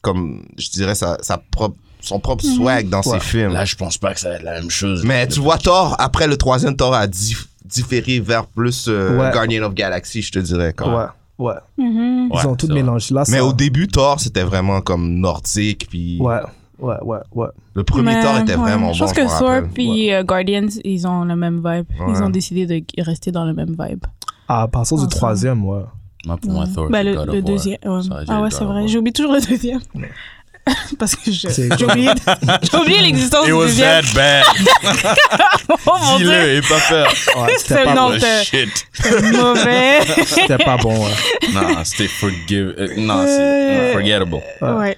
Speaker 3: comme je dirais sa, sa propre, son propre
Speaker 2: Mhm.
Speaker 3: swag dans ses films.
Speaker 1: Là, je pense pas que ça va être la même chose.
Speaker 3: Mais tu vois Thor, après le troisième Thor a dif- différé vers plus euh,
Speaker 2: Ouais.
Speaker 3: Guardian of Galaxy, je te dirais. Quand
Speaker 2: Ouais, ouais.
Speaker 4: mhm.
Speaker 2: Ils ont tout mélangé là.
Speaker 3: Mais
Speaker 2: ça-
Speaker 3: au début, Thor, c'était vraiment comme nordique, puis
Speaker 2: Ouais, ouais, ouais, ouais.
Speaker 3: le premier
Speaker 4: Mais,
Speaker 3: Thor était
Speaker 4: ouais.
Speaker 3: vraiment bon.
Speaker 4: Je pense que
Speaker 3: m'en rappelle.
Speaker 4: Thor puis euh, Guardians, ils ont le même vibe.
Speaker 3: Ouais.
Speaker 4: Ils ont décidé de rester dans le même vibe.
Speaker 2: À partir du
Speaker 4: Ensemble.
Speaker 2: troisième, ouais.
Speaker 1: Moi, pour moi, Thor,
Speaker 4: Ben,
Speaker 1: c'est
Speaker 4: le,
Speaker 1: God
Speaker 4: le
Speaker 1: of War.
Speaker 4: deuxième. ouais.
Speaker 1: Ça aurait dû
Speaker 4: Ah
Speaker 1: être
Speaker 4: ouais,
Speaker 1: God
Speaker 4: c'est
Speaker 1: of
Speaker 4: vrai.
Speaker 1: War.
Speaker 4: J'oublie toujours le deuxième. Parce que je-
Speaker 2: C'est-
Speaker 4: j'ai oublié, j'ai oublié l'existence
Speaker 1: It
Speaker 4: du
Speaker 1: was
Speaker 4: deuxième.
Speaker 1: that bad.
Speaker 4: Oh mon dieu,
Speaker 1: Dis-le, et pas peur.
Speaker 2: Ouais,
Speaker 4: C'est
Speaker 2: c'était pas,
Speaker 4: non.
Speaker 2: bon.
Speaker 1: Oh,
Speaker 4: t'as-
Speaker 1: shit.
Speaker 4: c'est mauvais.
Speaker 2: C'était pas bon, ouais.
Speaker 1: Non, c'était forgive. euh, Non, c'est
Speaker 4: Euh,
Speaker 1: forgettable.
Speaker 2: Ouais.
Speaker 4: ouais.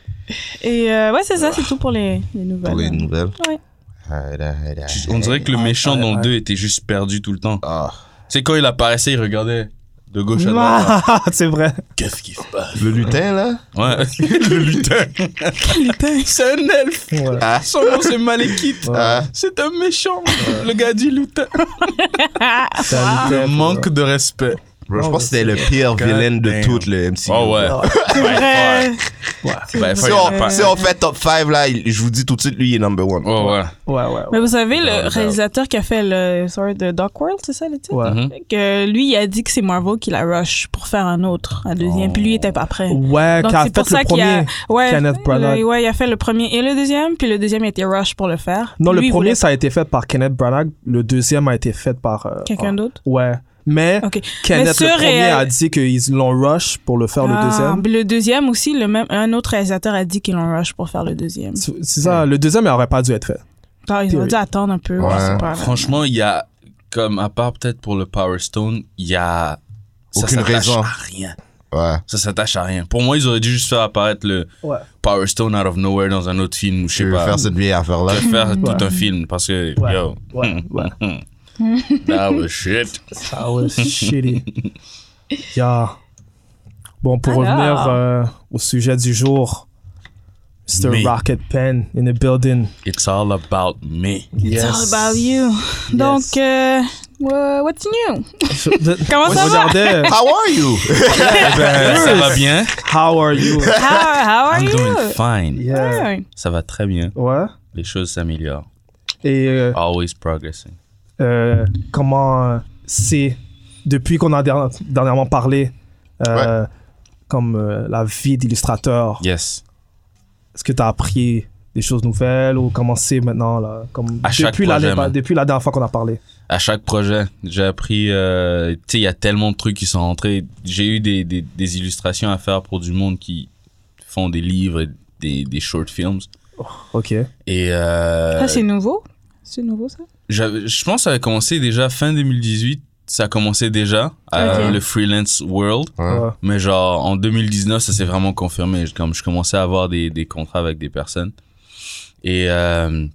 Speaker 4: Et euh, ouais, c'est ça, c'est tout pour les, les nouvelles.
Speaker 3: Pour les nouvelles.
Speaker 4: Ouais.
Speaker 1: Tu- On dirait que le méchant dans le 2 était juste perdu tout le temps.
Speaker 3: Ah.
Speaker 1: C'est quand il apparaissait, il regardait de gauche à droite.
Speaker 2: Ah, c'est vrai.
Speaker 1: Qu'est-ce qu'il se passe
Speaker 3: Le lutin, là
Speaker 1: Ouais, le lutin. C'est un elfe.
Speaker 2: Ouais.
Speaker 3: Ah.
Speaker 1: Son nom c'est Malekith.
Speaker 2: Ouais.
Speaker 3: Ah.
Speaker 1: C'est un méchant. Le gars dit lutin.
Speaker 2: C'est un
Speaker 1: Le
Speaker 2: lutin,
Speaker 1: manque de respect.
Speaker 3: Bro, je
Speaker 2: Non,
Speaker 3: pense que
Speaker 2: mais
Speaker 3: c'était le pire
Speaker 1: God
Speaker 3: vilain de
Speaker 1: damn.
Speaker 3: tout le MCU.
Speaker 1: Oh ouais.
Speaker 4: C'est vrai.
Speaker 2: Ouais.
Speaker 4: C'est
Speaker 1: Ben,
Speaker 4: vrai.
Speaker 3: Si
Speaker 1: Ouais.
Speaker 3: on, si on fait top 5, là, il- je vous dis tout de suite, lui, il est number one.
Speaker 1: Oh ouais.
Speaker 2: Ouais, ouais, ouais.
Speaker 4: Mais vous savez,
Speaker 1: Dans
Speaker 4: le
Speaker 1: le
Speaker 4: réalisateur qui a fait le sort de Darkworld, c'est ça le titre?
Speaker 2: Ouais.
Speaker 1: Mhm.
Speaker 4: Que lui, il a dit que c'est Marvel qui la rush pour faire un autre, un deuxième.
Speaker 1: Oh.
Speaker 4: Puis lui, il était pas prêt.
Speaker 2: Ouais,
Speaker 4: Donc,
Speaker 2: qu'a
Speaker 4: c'est pour
Speaker 2: fait le
Speaker 4: ça qu'il y a-
Speaker 2: premier.
Speaker 4: Ouais,
Speaker 2: Kenneth Branagh.
Speaker 4: le- ouais, il a fait le premier et le deuxième, puis le deuxième a été rush pour le faire.
Speaker 2: Non,
Speaker 4: Lui,
Speaker 2: le
Speaker 4: il
Speaker 2: premier,
Speaker 4: voulait
Speaker 2: ça a été fait par Kenneth Branagh. Le deuxième a été fait par. euh,
Speaker 4: quelqu'un
Speaker 2: en-
Speaker 4: d'autre.
Speaker 2: Ouais. Mais
Speaker 4: Ok.
Speaker 2: Kenneth,
Speaker 4: Mais
Speaker 2: le
Speaker 4: ce
Speaker 2: premier,
Speaker 4: réel-
Speaker 2: a dit qu'ils l'ont rush pour le faire
Speaker 4: Ah,
Speaker 2: le deuxième.
Speaker 4: puis Le deuxième aussi, le même, un autre réalisateur a dit qu'ils l'ont rush pour faire le deuxième.
Speaker 2: C'est- C'est ça, le deuxième, il aurait pas dû être fait.
Speaker 4: Attends, ils ont
Speaker 2: Theory.
Speaker 4: dû attendre un peu.
Speaker 3: Ouais.
Speaker 4: je sais pas, là.
Speaker 1: Franchement, il y a, comme à part peut-être pour le Power Stone, il y a. Ça
Speaker 3: Aucune
Speaker 1: s'attache
Speaker 3: raison.
Speaker 1: à rien.
Speaker 3: Ouais.
Speaker 1: Ça s'attache à rien. Pour moi, ils auraient dû juste faire apparaître le
Speaker 2: Ouais.
Speaker 1: Power Stone out of nowhere dans un autre film ou je
Speaker 3: Je
Speaker 1: sais
Speaker 3: vais
Speaker 1: pas.
Speaker 3: faire cette vieille affaire-là.
Speaker 1: Je vais faire tout
Speaker 2: Ouais.
Speaker 1: un film parce que.
Speaker 2: Ouais.
Speaker 1: Yo.
Speaker 2: Ouais, ouais.
Speaker 1: That was shit.
Speaker 2: Ah ouais, shitty. Yeah. Bon, pour
Speaker 4: Alors.
Speaker 2: revenir euh, au sujet du jour, Mr.
Speaker 1: Mais-
Speaker 2: Rocket Pen in the building.
Speaker 1: It's all about me.
Speaker 4: It's all about you. Donc, euh, wha- what's new? Comment
Speaker 2: Moi,
Speaker 4: ça
Speaker 2: je
Speaker 4: va?
Speaker 2: regardais,
Speaker 3: How are you?
Speaker 1: Ben, ça va bien?
Speaker 2: How are you?
Speaker 4: How, how are
Speaker 1: I'm
Speaker 4: you?
Speaker 1: doing fine.
Speaker 2: Yeah.
Speaker 4: Ouais.
Speaker 1: Ça va très bien.
Speaker 2: Ouais.
Speaker 1: Les choses s'améliorent.
Speaker 2: Et euh,
Speaker 1: Always progressing.
Speaker 2: euh, comment euh, c'est, depuis qu'on a derni- dernièrement parlé, euh, comme euh, la vie d'illustrateur,
Speaker 1: Yes.
Speaker 2: est-ce que tu as appris des choses nouvelles ou comment c'est maintenant, là, comme
Speaker 1: À chaque
Speaker 2: depuis, la,
Speaker 1: projet, man.
Speaker 2: depuis la dernière fois qu'on a parlé?
Speaker 1: À chaque projet, j'ai appris. euh, tu sais, il y a tellement de trucs qui sont rentrés. J'ai eu des, des, des illustrations à faire pour du monde qui font des livres et des, des short films.
Speaker 2: Ok.
Speaker 1: Et. euh,
Speaker 4: Ça, Ah, c'est nouveau? C'est nouveau, ça?
Speaker 1: J'avais- Je pense que ça a commencé déjà fin 2018. Ça commençait déjà euh,
Speaker 4: Ok.
Speaker 1: le freelance world.
Speaker 2: Ouais.
Speaker 1: Mais genre en 2019, ça s'est vraiment confirmé. Je- Comme je commençais à avoir des, des contrats avec des personnes. Et euh,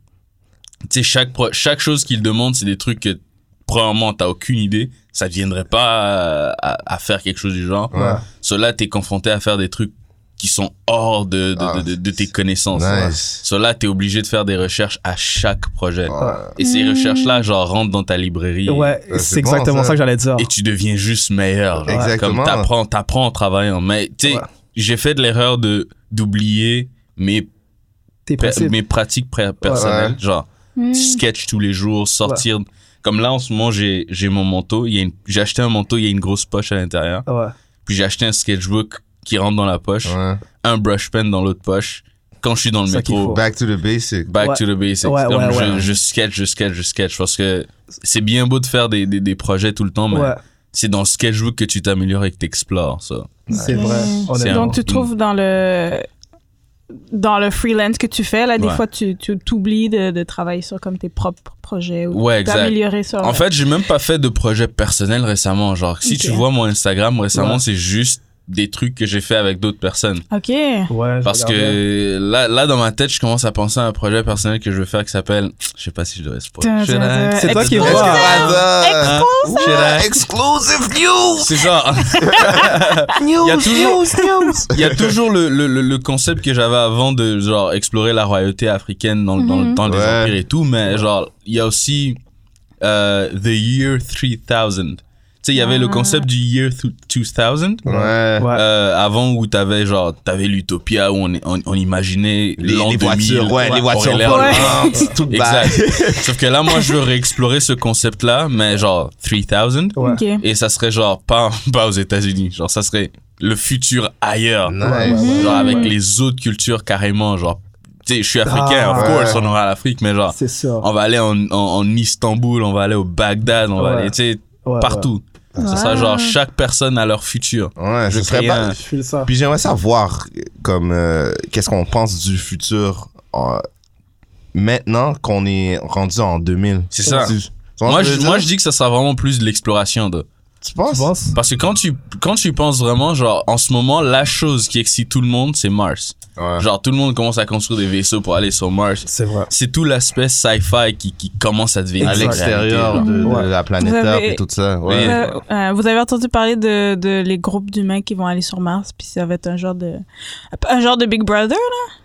Speaker 1: tu sais, chaque, pro- chaque chose qu'ils demandent, c'est des trucs que probablement t'as aucune idée. Ça ne viendrait pas à, à- à faire quelque chose du genre.
Speaker 3: Ouais.
Speaker 1: Cela, t'es confronté à faire des trucs qui sont hors de, de,
Speaker 3: Ah,
Speaker 1: de- de- de tes connaissances.
Speaker 3: Nice. Ah.
Speaker 1: Cela, t'es obligé de faire des recherches à chaque projet.
Speaker 3: Ouais.
Speaker 1: Et ces recherches-là, genre, rentrent dans ta librairie.
Speaker 2: Ouais,
Speaker 3: Euh,
Speaker 2: c'est
Speaker 3: c'est bon,
Speaker 2: exactement
Speaker 3: ça.
Speaker 2: ça. que j'allais dire.
Speaker 1: Et tu deviens juste meilleur. genre.
Speaker 3: Exactement.
Speaker 1: Comme t'apprends, t'apprends en travaillant. Mais, tu sais,
Speaker 2: Ouais.
Speaker 1: j'ai fait de l'erreur de, d'oublier mes,
Speaker 2: T'es
Speaker 1: pr-
Speaker 2: pressé.
Speaker 1: mes pratiques pré- personnelles. Genre,
Speaker 4: Hmm.
Speaker 1: sketch tous les jours, sortir. Comme là, en ce moment, j'ai, j'ai mon manteau. Il y a une- j'ai acheté un manteau, il y a une grosse poche à l'intérieur.
Speaker 2: Ouais.
Speaker 1: Puis j'ai acheté un sketchbook qui rentre dans la poche,
Speaker 3: Ouais.
Speaker 1: un brush pen dans l'autre poche. Quand je suis dans le
Speaker 2: C'est ça qu'il
Speaker 1: métro,
Speaker 2: faut.
Speaker 3: Back to the basic.
Speaker 1: Back
Speaker 2: Ouais.
Speaker 1: to the basics.
Speaker 2: Ouais,
Speaker 1: Comme
Speaker 2: ouais,
Speaker 1: je,
Speaker 2: ouais.
Speaker 1: je sketch, je sketch, je sketch. Parce que c'est bien beau de faire des, des, des projets tout le temps, mais
Speaker 2: Ouais,
Speaker 1: c'est dans le sketchbook que tu t'améliores et que t'explores ça.
Speaker 2: c'est vrai.
Speaker 1: C'est
Speaker 2: honnêtement.
Speaker 4: Donc, tu trouves dans le dans le freelance que tu fais, là, des
Speaker 1: Ouais.
Speaker 4: fois, tu tu- t'oublies de, de travailler sur comme tes propres projets ou
Speaker 1: Ouais, exact.
Speaker 4: d'améliorer sur...
Speaker 1: En fait, j'ai même pas fait de projet personnel récemment. Genre, si
Speaker 4: Ok.
Speaker 1: tu vois mon Instagram récemment,
Speaker 2: Ouais.
Speaker 1: c'est juste des trucs que j'ai fait avec d'autres personnes.
Speaker 4: OK.
Speaker 2: Ouais, je
Speaker 1: Parce
Speaker 2: regardais.
Speaker 1: que là, là, dans ma tête, je commence à penser à un projet personnel que je veux faire qui s'appelle. Je sais pas si je devrais
Speaker 4: Dun, dun, dun.
Speaker 1: spoiler.
Speaker 2: C'est toi qui
Speaker 3: Let's
Speaker 2: vois.
Speaker 3: get that.
Speaker 1: Hein?
Speaker 3: Ouais, Exclusive news!
Speaker 1: C'est genre. Il y a toujours, il y a toujours le, le, le- le concept que j'avais avant de genre explorer la royauté africaine dans, dans le
Speaker 4: Mhm.
Speaker 1: temps des
Speaker 3: Ouais.
Speaker 1: empires et tout, mais genre, il y a aussi euh, The Year 3000. Tu sais, il y avait le
Speaker 4: Ah.
Speaker 1: concept du Year thu- 2000.
Speaker 3: Ouais.
Speaker 2: Ouais.
Speaker 1: Euh, avant où t'avais genre t'avais l'utopia où on, on, on imaginait
Speaker 3: Les,
Speaker 1: l'an
Speaker 3: les
Speaker 1: 2000,
Speaker 3: voitures, ouais, les voitures
Speaker 1: Aurélia,
Speaker 3: volantes, Bah.
Speaker 4: Ouais.
Speaker 3: tout le bail.
Speaker 1: Exact. Sauf que là, moi, je veux réexplorer ce concept-là, mais genre 3000.
Speaker 2: Ouais.
Speaker 4: Ok.
Speaker 1: Et ça serait genre pas, pas aux États-Unis. Genre, ça serait le futur ailleurs.
Speaker 3: Nice.
Speaker 2: ouais,
Speaker 1: Genre, avec
Speaker 4: ouais.
Speaker 1: les autres cultures carrément. Genre, tu sais, je suis africain,
Speaker 2: Ah,
Speaker 1: of
Speaker 3: ouais.
Speaker 1: course, on aura l'Afrique, mais genre,
Speaker 2: C'est sûr.
Speaker 1: on va aller en, en, en Istanbul, on va aller au Bagdad, on va
Speaker 2: Ouais.
Speaker 1: aller, tu sais,
Speaker 2: Ouais,
Speaker 1: partout. Ça sera
Speaker 4: Wow.
Speaker 1: genre chaque personne à leur futur.
Speaker 3: Ouais,
Speaker 1: Je
Speaker 3: ce serait
Speaker 1: serais
Speaker 3: pas-
Speaker 1: un-
Speaker 2: ouais. Je file ça.
Speaker 3: Puis j'aimerais savoir, euh, comme, euh, qu'est-ce qu'on pense du futur euh, maintenant qu'on est rendu en 2000.
Speaker 1: C'est ça.
Speaker 3: Tu- tu vois ce que
Speaker 1: Moi je,
Speaker 3: veux
Speaker 1: moi,
Speaker 3: dire?
Speaker 1: je dis que ça sera vraiment plus de l'exploration de.
Speaker 3: Tu penses?
Speaker 2: Tu penses?
Speaker 1: Parce que quand tu, quand tu penses vraiment, genre, en ce moment, la chose qui excite tout le monde, c'est Mars.
Speaker 3: Ouais.
Speaker 1: Genre, tout le monde commence à construire des vaisseaux pour aller sur Mars.
Speaker 2: C'est vrai.
Speaker 1: C'est tout l'aspect sci-fi qui, qui commence à devenir.
Speaker 3: à
Speaker 2: Exact.
Speaker 3: l'extérieur de, de
Speaker 2: Ouais.
Speaker 3: la planète
Speaker 4: Vous
Speaker 3: Terre
Speaker 4: avez-
Speaker 3: et tout ça. Ouais.
Speaker 1: Oui.
Speaker 4: Euh, euh, vous avez entendu parler de, de les groupes d'humains qui vont aller sur Mars, puis ça va être un genre de un genre de Big Brother.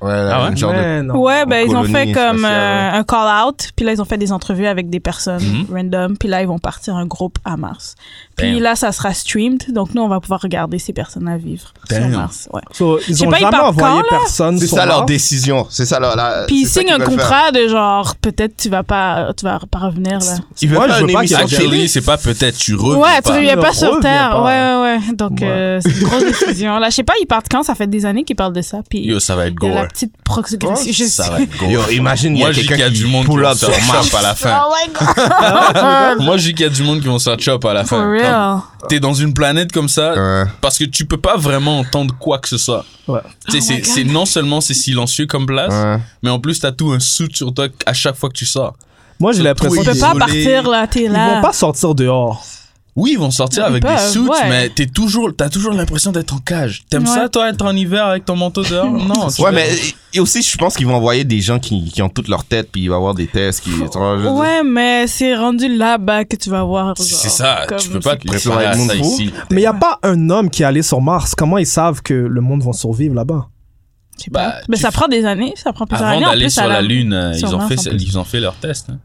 Speaker 3: Ouais,
Speaker 1: Ah ouais?
Speaker 3: une genre de-
Speaker 2: Mais non.
Speaker 4: ouais, ben
Speaker 3: Une
Speaker 4: ils ont fait
Speaker 3: colonie
Speaker 4: comme
Speaker 3: spatiale,
Speaker 4: euh, un call out, puis là ils ont fait des entrevues avec des personnes
Speaker 1: Mhm.
Speaker 4: random, puis là ils vont partir un groupe à Mars. Puis
Speaker 1: Damn.
Speaker 4: là ça sera streamed, donc nous on va pouvoir regarder ces personnes à vivre
Speaker 1: Damn.
Speaker 4: sur Mars. Ouais.
Speaker 2: So,
Speaker 4: Je
Speaker 2: ils
Speaker 4: sais
Speaker 2: ont
Speaker 4: pas, ils
Speaker 2: jamais
Speaker 4: partent quand,
Speaker 2: envoyé
Speaker 4: là
Speaker 2: personne
Speaker 3: C'est
Speaker 2: sur
Speaker 3: ça leur
Speaker 2: Mars.
Speaker 3: décision. C'est ça leur. la-
Speaker 4: Puis ils
Speaker 3: c'est ça qu'ils
Speaker 4: signent un
Speaker 3: veulent faire.
Speaker 4: contrat de genre peut-être tu vas pas tu vas pas revenir là.
Speaker 3: Ils veulent
Speaker 2: Moi,
Speaker 3: faire
Speaker 2: je veux
Speaker 3: une
Speaker 2: pas qu'ils
Speaker 3: émission
Speaker 2: reviennent.
Speaker 3: télé.
Speaker 1: Actually, c'est pas peut-être, tu reviens
Speaker 4: Ouais, tu
Speaker 1: pas.
Speaker 4: reviens pas
Speaker 2: Ne
Speaker 4: sur
Speaker 2: reviens
Speaker 4: Terre.
Speaker 2: pas.
Speaker 4: Ouais, ouais, ouais. Donc,
Speaker 2: Ouais.
Speaker 4: euh, c'est une grosse décision. Là, je sais pas, ils partent quand Ça fait des années qu'ils parlent de ça. Puis,
Speaker 1: Yo, ça va être
Speaker 4: de la
Speaker 1: gore.
Speaker 4: petite progression. je
Speaker 1: Ça
Speaker 4: sais.
Speaker 1: va être gore.
Speaker 3: Yo, imagine, il y a
Speaker 1: Moi, je dis qu'il y
Speaker 3: quelqu'un
Speaker 1: a du
Speaker 3: qui
Speaker 1: monde qui
Speaker 3: pull
Speaker 1: va
Speaker 3: up
Speaker 1: se
Speaker 3: sur
Speaker 1: faire
Speaker 3: Mars.
Speaker 1: chop à la fin.
Speaker 4: Oh my god!
Speaker 1: Moi, je dis qu'il y a du monde qui vont se faire chop à la fin.
Speaker 4: For
Speaker 1: Quand
Speaker 4: real.
Speaker 1: T'es dans une planète comme ça,
Speaker 3: Ouais.
Speaker 1: parce que tu peux pas vraiment entendre quoi que ce soit.
Speaker 2: Ouais.
Speaker 1: Tu sais,
Speaker 4: Oh my
Speaker 1: c'est-
Speaker 4: God.
Speaker 1: c'est non seulement c'est silencieux comme place,
Speaker 3: Ouais.
Speaker 1: mais en plus t'as tout un soute sur toi à chaque fois que tu sors.
Speaker 2: Moi, j'ai l'impression
Speaker 4: On
Speaker 1: Ils
Speaker 4: peut
Speaker 2: qu'ils
Speaker 4: pas
Speaker 1: sont
Speaker 4: partir là, t'es
Speaker 2: ils
Speaker 4: là.
Speaker 2: vont pas sortir dehors.
Speaker 1: Oui, ils vont sortir
Speaker 4: Ils
Speaker 1: avec des
Speaker 4: peuvent,
Speaker 1: soutes,
Speaker 4: ouais.
Speaker 1: mais t'es toujours, t'as toujours l'impression d'être en cage. T'aimes
Speaker 4: Ouais.
Speaker 1: ça, toi, être en hiver avec ton manteau dehors Non. tu
Speaker 3: Ouais,
Speaker 1: veux-
Speaker 3: mais et aussi, je pense qu'ils vont envoyer des gens qui, qui ont toute leur tête, puis il va y avoir des tests qui. tu vois, je veux dire.
Speaker 4: Ouais, mais c'est rendu là-bas que tu vas voir. genre,
Speaker 1: C'est ça,
Speaker 4: comme-
Speaker 1: tu peux pas te
Speaker 4: c'est-
Speaker 1: préparer à
Speaker 3: Edmond
Speaker 1: ça
Speaker 3: Fou.
Speaker 1: ici.
Speaker 2: Mais il a pas un homme qui est allé sur Mars. Comment ils savent que le monde va survivre là-bas?
Speaker 4: je sais pas.
Speaker 1: Bah,
Speaker 4: mais
Speaker 1: tu
Speaker 4: ça
Speaker 1: f-
Speaker 4: prend des années. Ça prend plusieurs
Speaker 1: Avant
Speaker 4: années. En
Speaker 1: d'aller
Speaker 4: plus,
Speaker 1: sur
Speaker 4: à
Speaker 1: la Lune, euh, ils
Speaker 4: sur
Speaker 1: ont,
Speaker 4: Mars,
Speaker 1: fait,
Speaker 4: en plus.
Speaker 1: ils ont fait leur test. hein.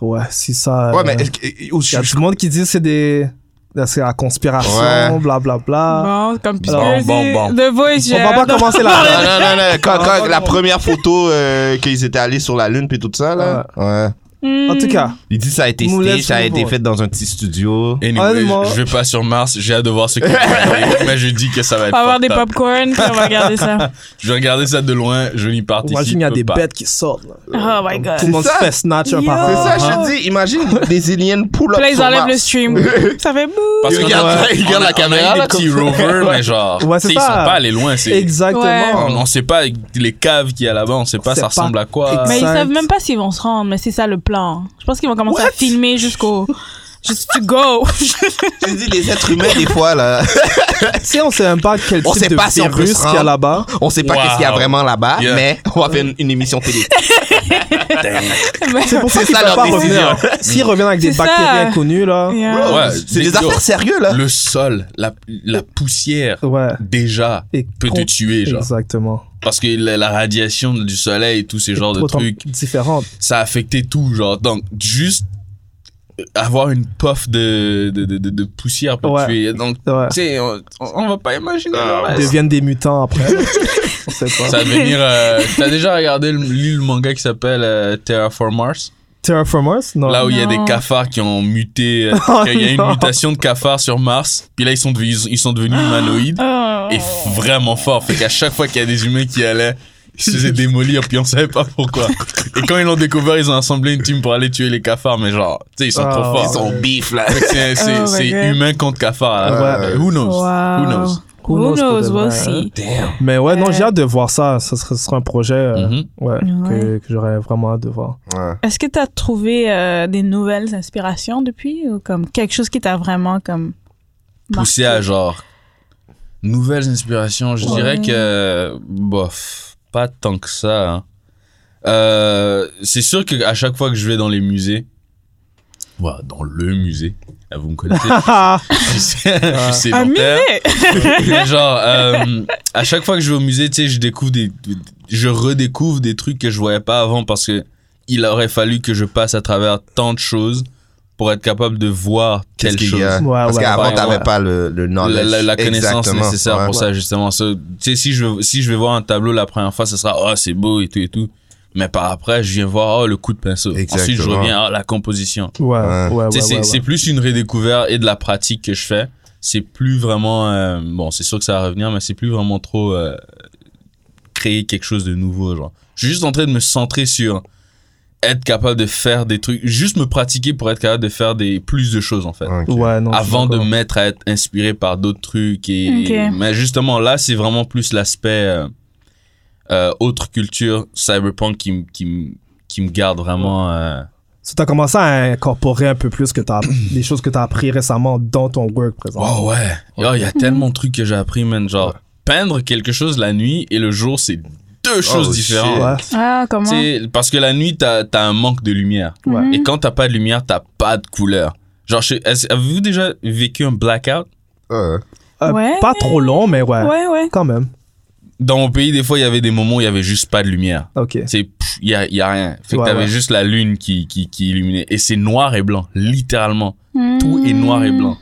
Speaker 2: Ouais, si ça...
Speaker 3: Ouais,
Speaker 2: euh,
Speaker 3: mais. est-ce que-
Speaker 2: Il y a du monde qui dit c'est des. là, C'est la
Speaker 3: Ouais.
Speaker 2: conspiration, blablabla.
Speaker 4: Bon, comme
Speaker 1: Bon, bon, bon.
Speaker 4: The Voice, j'ai
Speaker 2: On va
Speaker 4: hâte
Speaker 2: pas
Speaker 4: de-
Speaker 2: commencer
Speaker 3: Non,
Speaker 2: là.
Speaker 3: non, non, non, Quand, quand la première photo euh, qu'ils étaient allés sur la Lune, puis tout ça, là. Ouais.
Speaker 4: Hmm.
Speaker 2: En tout cas,
Speaker 3: Il dit ça a été
Speaker 2: Nous
Speaker 3: staged,
Speaker 2: laisse
Speaker 3: ça a
Speaker 2: nous
Speaker 3: été
Speaker 2: voir.
Speaker 3: fait dans un petit studio.
Speaker 1: Anyway,
Speaker 2: Honnêtement.
Speaker 1: je je vais pas sur Mars, j'ai hâte de voir ce qu'ils vont faire, mais je dis que ça va
Speaker 4: On
Speaker 1: être
Speaker 4: va avoir des
Speaker 1: fucked up.
Speaker 4: popcorn, puis on va regarder ça.
Speaker 1: Je vais regarder ça de loin, je n'y participe
Speaker 2: imagine, il y a des
Speaker 1: pas.
Speaker 2: bêtes qui sortent. là.
Speaker 4: Oh my god.
Speaker 2: Tout le monde se
Speaker 3: ça.
Speaker 2: fait snatch un
Speaker 4: Yo.
Speaker 2: par
Speaker 3: C'est
Speaker 2: un.
Speaker 3: ça,
Speaker 1: Uh-huh.
Speaker 3: je te dis, imagine des aliens pull up.
Speaker 4: Puis là, ils
Speaker 3: sur
Speaker 4: enlèvent
Speaker 3: Mars.
Speaker 4: le stream. ça fait bouh.
Speaker 1: Parce
Speaker 3: Ils
Speaker 1: qu'on
Speaker 3: regardent-
Speaker 1: a-
Speaker 3: ils
Speaker 1: on
Speaker 3: regardent
Speaker 1: a-
Speaker 3: la caméra,
Speaker 1: On a
Speaker 3: là,
Speaker 1: des petits
Speaker 3: comme ça.
Speaker 1: rovers, mais genre,
Speaker 2: Ouais, c'est
Speaker 1: tu sais, ils sont
Speaker 2: ça.
Speaker 1: pas allés loin. c'est- On,
Speaker 2: Exactement.
Speaker 1: on sait pas les caves qu'il y a là-bas, on sait pas
Speaker 2: On sait
Speaker 1: ça
Speaker 2: pas.
Speaker 1: ressemble à quoi.
Speaker 2: Exact.
Speaker 4: Mais ils
Speaker 2: Cinq.
Speaker 4: savent même pas s'ils vont se rendre, mais c'est ça le plan. Je pense qu'ils vont commencer à
Speaker 2: What?
Speaker 4: filmer jusqu'au. Just to go.
Speaker 3: Je te dis, les êtres humains, des fois, là,
Speaker 2: Tu sais, on sait même pas quel
Speaker 3: On sait
Speaker 2: type de
Speaker 3: pas si on peut
Speaker 2: virus
Speaker 3: se
Speaker 2: qu'il y a
Speaker 3: rendre.
Speaker 2: là-bas.
Speaker 3: on sait pas
Speaker 1: Wow.
Speaker 3: qu'est-ce qu'il y a vraiment là-bas,
Speaker 1: Yeah.
Speaker 3: mais on va faire une, une émission télé.
Speaker 4: Mais-
Speaker 2: C'est pour ça
Speaker 3: C'est
Speaker 2: qu'ils
Speaker 3: ça,
Speaker 2: peuvent
Speaker 3: leur
Speaker 2: pas
Speaker 3: décision.
Speaker 2: revenir. S'ils reviennent avec des
Speaker 4: C'est ça.
Speaker 2: bactéries inconnues, là.
Speaker 4: Yeah.
Speaker 1: Ouais,
Speaker 3: c'est
Speaker 1: les
Speaker 3: des
Speaker 1: gars.
Speaker 3: affaires sérieuses, là.
Speaker 1: Le sol, la, la poussière,
Speaker 2: Ouais.
Speaker 1: déjà,
Speaker 2: Et
Speaker 1: peut te
Speaker 2: con-
Speaker 1: tuer, genre.
Speaker 2: Exactement.
Speaker 1: Parce que la, la radiation du soleil et tous ces genres de
Speaker 2: Trop de
Speaker 1: trucs,
Speaker 2: Différentes.
Speaker 1: ça a affecté tout, genre. Donc, juste avoir une puff de, de, de, de- de poussière peut
Speaker 2: Ouais.
Speaker 1: tuer. Donc,
Speaker 2: Ouais.
Speaker 1: tu sais, on, on- on va pas imaginer. le
Speaker 2: Ils
Speaker 1: reste.
Speaker 2: deviennent des mutants après. on sait pas.
Speaker 1: Ça va devenir. euh, T'as déjà regardé le, lu le manga qui s'appelle euh, Terraform Mars
Speaker 2: Terraformers? Non.
Speaker 1: Là où il y a des
Speaker 4: Non.
Speaker 1: cafards qui ont muté.
Speaker 2: Oh,
Speaker 1: il y a une
Speaker 2: non.
Speaker 1: mutation de cafards sur Mars. Puis là, ils sont, devenus- ils, sont devenus humanoïdes.
Speaker 4: Oh.
Speaker 1: Et f- vraiment forts. Fait qu'à chaque fois qu'il y a des humains qui allaient. Ils se faisaient démolir, puis on savait pas pourquoi. Et quand ils l'ont découvert, ils ont assemblé une team pour aller tuer les cafards, mais genre, tu sais, ils sont
Speaker 2: Oh.
Speaker 1: trop forts.
Speaker 3: Ah, Ils sont beef, là.
Speaker 1: Fait que C'est c'est-
Speaker 4: Oh my
Speaker 1: c'est
Speaker 4: God.
Speaker 1: humain contre cafard. à la fin.
Speaker 2: Ouais.
Speaker 1: Who knows?
Speaker 4: Wow.
Speaker 1: Who knows?
Speaker 4: Oh. Who
Speaker 2: Who knows,
Speaker 4: knows,
Speaker 2: pour de
Speaker 4: we'll
Speaker 2: vrai, hein?
Speaker 4: see.
Speaker 2: Mais ouais, non,
Speaker 4: Euh.
Speaker 2: j'ai hâte de voir ça. Ça serait, ce serait un projet euh,
Speaker 1: Mhm.
Speaker 2: ouais, que, que j'aurais vraiment hâte de voir.
Speaker 4: Est-ce que t'as trouvé euh, des nouvelles inspirations depuis ou comme quelque chose qui t'a vraiment comme.
Speaker 1: poussé à genre nouvelles inspirations. Je
Speaker 4: Ouais.
Speaker 1: dirais que bof, pas tant que ça. hein. Euh, c'est sûr que à chaque fois que je vais dans les musées, voilà, dans le musée, là, vous me connaissez,
Speaker 2: Ah,
Speaker 1: je suis, je suis
Speaker 4: Un
Speaker 1: sédentaire. Mais genre euh, à chaque fois que je vais au musée, tu sais, je découvre des, je redécouvre des trucs que je voyais pas avant parce que il aurait fallu que je passe à travers tant de choses pour être capable de voir
Speaker 3: Qu'est-ce
Speaker 1: telle
Speaker 3: qu'il
Speaker 1: chose.
Speaker 3: y a?
Speaker 2: Ouais,
Speaker 3: Parce
Speaker 2: Ah ouais.
Speaker 3: qu'avant,
Speaker 1: Ouais,
Speaker 3: t'avais
Speaker 1: ouais.
Speaker 3: pas le, le knowledge.
Speaker 1: la, la- la connaissance
Speaker 3: Exactement,
Speaker 1: nécessaire
Speaker 3: ouais.
Speaker 1: pour ça justement ça tu sais si je veux- si je vais voir un tableau la première fois ce sera oh c'est beau et tout et tout mais par après je viens voir oh le coup de pinceau ensuite je
Speaker 3: Exactement.
Speaker 1: reviens à la composition
Speaker 2: Ouais,
Speaker 3: Ouais.
Speaker 2: ouais, Ah ouais.
Speaker 1: Tu sais, c'est
Speaker 2: ouais,
Speaker 1: c'est
Speaker 2: ouais.
Speaker 1: plus une redécouverte et de la pratique que je fais c'est plus vraiment euh, bon c'est sûr que ça va revenir mais c'est plus vraiment trop euh, créer quelque chose de nouveau genre je suis juste en train de me centrer sur être capable de faire des trucs juste me pratiquer pour être capable de faire des plus de choses en fait
Speaker 3: Ok.
Speaker 2: Ouais, non, je suis
Speaker 1: avant de
Speaker 2: d'accord.
Speaker 1: mettre à être inspiré par d'autres trucs et,
Speaker 4: Ok.
Speaker 1: et- mais justement là c'est vraiment plus l'aspect euh, euh, autre culture cyberpunk qui me qui me qui me garde vraiment euh,
Speaker 2: So, t'as commencé à incorporer un peu plus que t'as, les choses que t'as appris récemment dans ton work présent.
Speaker 1: oh ouais il y a tellement de trucs que j'ai appris man genre peindre quelque chose la nuit et le jour c'est
Speaker 2: Oh,
Speaker 1: deux choses différentes
Speaker 2: Ouais.
Speaker 4: Ah, comment?
Speaker 1: Tu sais, parce que la nuit t'as as un manque de lumière
Speaker 2: Ouais.
Speaker 4: Mhm.
Speaker 1: et quand t'as pas de lumière t'as pas de couleur genre je- est-ce- avez-vous déjà vécu un blackout
Speaker 3: Ouais.
Speaker 2: Euh,
Speaker 4: Ouais.
Speaker 2: Pas trop long, mais ouais.
Speaker 4: Ouais, ouais.
Speaker 2: Quand même.
Speaker 1: dans mon pays des fois il y avait des moments où il y avait juste pas de lumière
Speaker 2: Ok.
Speaker 1: c'est il y a, y a rien fait que
Speaker 2: Ouais,
Speaker 1: t'avais
Speaker 2: ouais.
Speaker 1: juste la lune qui, qui qui illuminait et c'est noir et blanc littéralement tout
Speaker 2: Mm.
Speaker 1: est noir et blanc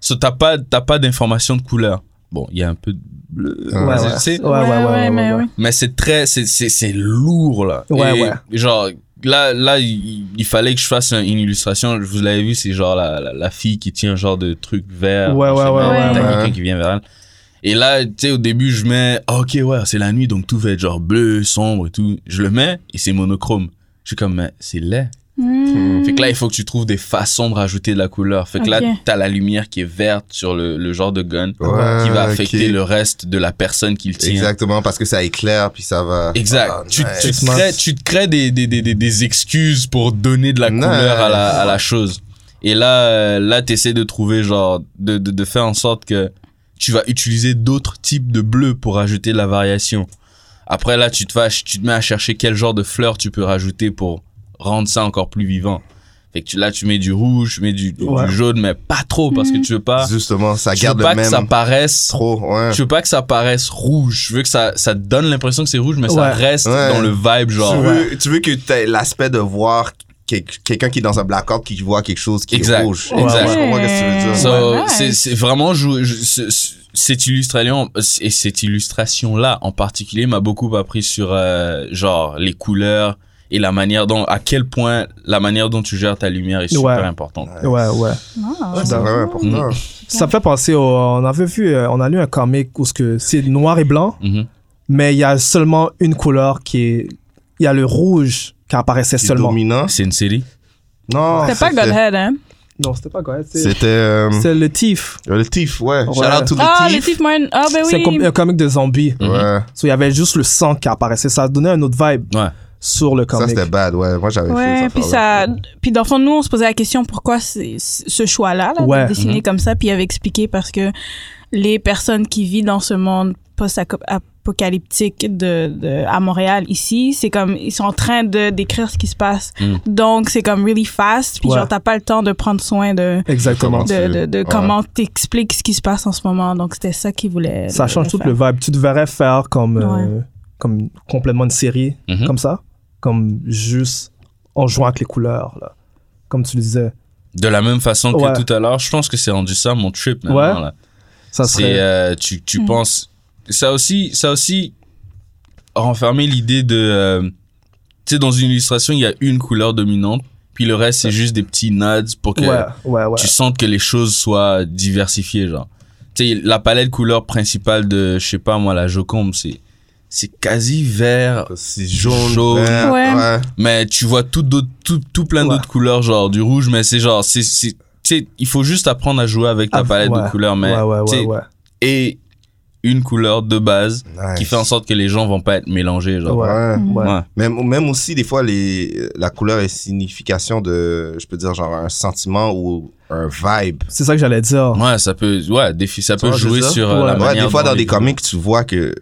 Speaker 1: so, t'as pas t'as pas d'information de couleur bon il y a un peu de bleu
Speaker 3: Ouais,
Speaker 1: mais
Speaker 2: ouais.
Speaker 1: tu sais,
Speaker 2: Ouais, ouais, ouais, ouais,
Speaker 4: mais
Speaker 2: ouais.
Speaker 4: oui.
Speaker 1: mais c'est très c'est c'est c'est lourd là
Speaker 2: Ouais,
Speaker 1: Et
Speaker 2: ouais.
Speaker 1: genre là là il, il fallait que je fasse un- une illustration je vous l'avez vu c'est genre la, la la fille qui tient un genre de truc vert
Speaker 2: Ouais, ouais,
Speaker 1: Je sais
Speaker 2: ouais,
Speaker 1: pas,
Speaker 4: ouais,
Speaker 1: t'as
Speaker 3: ouais.
Speaker 1: quelqu'un qui vient vers elle et là tu sais au début je mets Ah, ok ouais c'est la nuit donc tout va être genre bleu sombre et tout je le mets et c'est monochrome je suis comme mais c'est laid
Speaker 4: Mhm.
Speaker 1: fait que là, il faut que tu trouves des façons de rajouter de la couleur. Fait que là,
Speaker 4: Ok.
Speaker 1: t'as la lumière qui est verte sur le, le genre de gun
Speaker 3: Ouais,
Speaker 1: qui va affecter
Speaker 3: ok.
Speaker 1: le reste de la personne qui le tient.
Speaker 3: Exactement, parce que ça éclaire, puis ça va.
Speaker 1: Exact.
Speaker 3: Ah,
Speaker 1: tu,
Speaker 3: nice.
Speaker 1: tu te
Speaker 2: Smart.
Speaker 1: crées, tu te crées des, des, des, des- des excuses pour donner de la
Speaker 3: Nice.
Speaker 1: couleur à la, à la chose. Et là, euh, là, t'essaies de trouver genre, de, de, de faire en sorte que tu vas utiliser d'autres types de bleu pour ajouter de la variation. Après, là, tu te vas, tu te mets à chercher quel genre de fleurs tu peux rajouter pour rendre ça encore plus vivant. Fait que tu, là, tu mets du rouge, tu mets du, du
Speaker 2: Ouais.
Speaker 1: jaune, mais pas trop parce que tu veux pas,
Speaker 3: Justement, ça
Speaker 1: ah, tu veux
Speaker 3: garde
Speaker 1: pas
Speaker 3: le
Speaker 1: que ça
Speaker 3: même.
Speaker 1: paraisse
Speaker 3: Trop, ouais.
Speaker 1: je veux pas que ça paraisse rouge. Je veux que ça, ça te donne l'impression que c'est rouge, mais ça
Speaker 2: Ouais.
Speaker 1: reste
Speaker 3: Ouais.
Speaker 1: dans le vibe, genre.
Speaker 3: tu, veux, tu veux que t'aies l'aspect de voir quel- quelqu'un qui est dans un blackout qui voit quelque chose qui
Speaker 1: Exact.
Speaker 3: est rouge.
Speaker 1: Ouais, Exact.
Speaker 3: Je comprends ce que tu veux dire.
Speaker 1: So,
Speaker 4: Ouais, nice.
Speaker 1: c'est, c'est vraiment, je- je- ce- ce- cette illustration, et cette illustration-là en particulier m'a beaucoup appris sur, euh, genre, les couleurs et la manière dont, à quel point la manière dont tu gères ta lumière est super
Speaker 2: Ouais.
Speaker 1: importante.
Speaker 2: Ouais, ouais.
Speaker 4: Ah.
Speaker 3: Ouais, c'est vraiment important.
Speaker 2: Ça me fait penser au. On avait vu, euh, on a lu un comic où ce que c'est noir et blanc,
Speaker 1: Mhm.
Speaker 2: mais il y a seulement une couleur qui est. Il y a le rouge qui apparaissait
Speaker 3: C'est
Speaker 2: seulement.
Speaker 3: dominant.
Speaker 1: C'est une série?
Speaker 3: Non.
Speaker 4: C'était pas Godhead, hein?
Speaker 2: Non, c'était pas quoi. C'est
Speaker 3: C'était euh,
Speaker 2: c'est le Thief.
Speaker 3: le Thief, ouais.
Speaker 2: Ouais.
Speaker 3: Shout out to the
Speaker 4: Ah, les
Speaker 3: Thief.
Speaker 4: Thief Martin. Ah, ben
Speaker 2: C'est comme
Speaker 4: oui.
Speaker 2: un comic de zombies.
Speaker 1: Mhm.
Speaker 3: Ouais.
Speaker 2: So, il y avait juste le sang qui apparaissait. Ça donnait un autre vibe
Speaker 1: Ouais.
Speaker 2: sur le
Speaker 3: Ça,
Speaker 2: comic.
Speaker 3: c'était bad, ouais. Moi, j'avais fait
Speaker 4: Ouais,
Speaker 3: ça.
Speaker 4: puis ça. Puis dans le fond, nous, on se posait la question pourquoi c'est- c'est- ce choix-là, là,
Speaker 2: Ouais.
Speaker 4: de dessiner comme ça. Puis il avait expliqué parce que les personnes qui vivent dans ce monde post-apocalyptique de, de- à Montréal, ici, c'est comme. Ils sont en train de décrire ce qui se passe.
Speaker 1: Mm.
Speaker 4: Donc, c'est comme really fast. Puis
Speaker 2: Ouais.
Speaker 4: genre, t'as pas le temps de prendre soin de.
Speaker 3: Comment-
Speaker 2: Exactement.
Speaker 4: De, de, de
Speaker 3: Ouais.
Speaker 4: comment t'expliques ce qui se passe en ce moment. Donc, c'était ça qu'il voulait.
Speaker 2: Ça change tout
Speaker 4: faire.
Speaker 2: le vibe. Tu devrais faire comme, euh, comme complètement une série,
Speaker 1: Mhm.
Speaker 2: comme ça. Comme juste en jouant avec les couleurs, là. Comme tu le disais.
Speaker 1: De la même façon que
Speaker 2: Ouais.
Speaker 1: tout à l'heure, je pense que c'est rendu ça mon trip maintenant,
Speaker 2: Ouais.
Speaker 1: là.
Speaker 2: Ça
Speaker 1: C'est,
Speaker 2: serait.
Speaker 1: euh, tu, tu
Speaker 4: Mm.
Speaker 1: penses. Ça aussi, ça aussi renfermer l'idée de. euh, tu sais, dans une illustration, il y a une couleur dominante, puis le reste, c'est juste des petits nods pour que
Speaker 2: ouais, ouais, ouais.
Speaker 1: tu sentes que les choses soient diversifiées, genre. Tu sais, la palette couleur principale de, je sais pas moi, la Joconde, c'est. C'est quasi vert,
Speaker 3: C'est
Speaker 1: jaune,
Speaker 3: jaune.
Speaker 1: vert,
Speaker 4: Ouais.
Speaker 3: ouais.
Speaker 1: mais tu vois tout, d'autres- tout, tout plein
Speaker 2: Ouais.
Speaker 1: d'autres couleurs, genre du rouge, mais c'est genre, c'est, c'est, tu sais, il faut juste apprendre à jouer avec ta
Speaker 2: Ah,
Speaker 1: palette de
Speaker 2: ouais.
Speaker 1: couleurs, mais
Speaker 2: ouais, ouais,
Speaker 1: tu
Speaker 2: ouais,
Speaker 1: sais,
Speaker 2: ouais.
Speaker 1: et une couleur de base
Speaker 3: Nice.
Speaker 1: qui fait en sorte que les gens vont pas être mélangés genre
Speaker 2: Ouais.
Speaker 3: Ouais.
Speaker 2: Ouais.
Speaker 1: Ouais.
Speaker 3: Même, même aussi, des fois, les, la couleur est signification de, je peux dire, genre un sentiment ou un vibe.
Speaker 2: C'est ça que j'allais dire.
Speaker 1: Ouais, ça peut ouais défi- ça peut
Speaker 3: vois,
Speaker 1: jouer
Speaker 3: c'est ça?
Speaker 1: sur euh, la
Speaker 2: Ouais,
Speaker 3: Ouais,
Speaker 1: manière
Speaker 3: des fois,
Speaker 1: dont
Speaker 3: dans
Speaker 1: les-
Speaker 3: des comics, tu vois que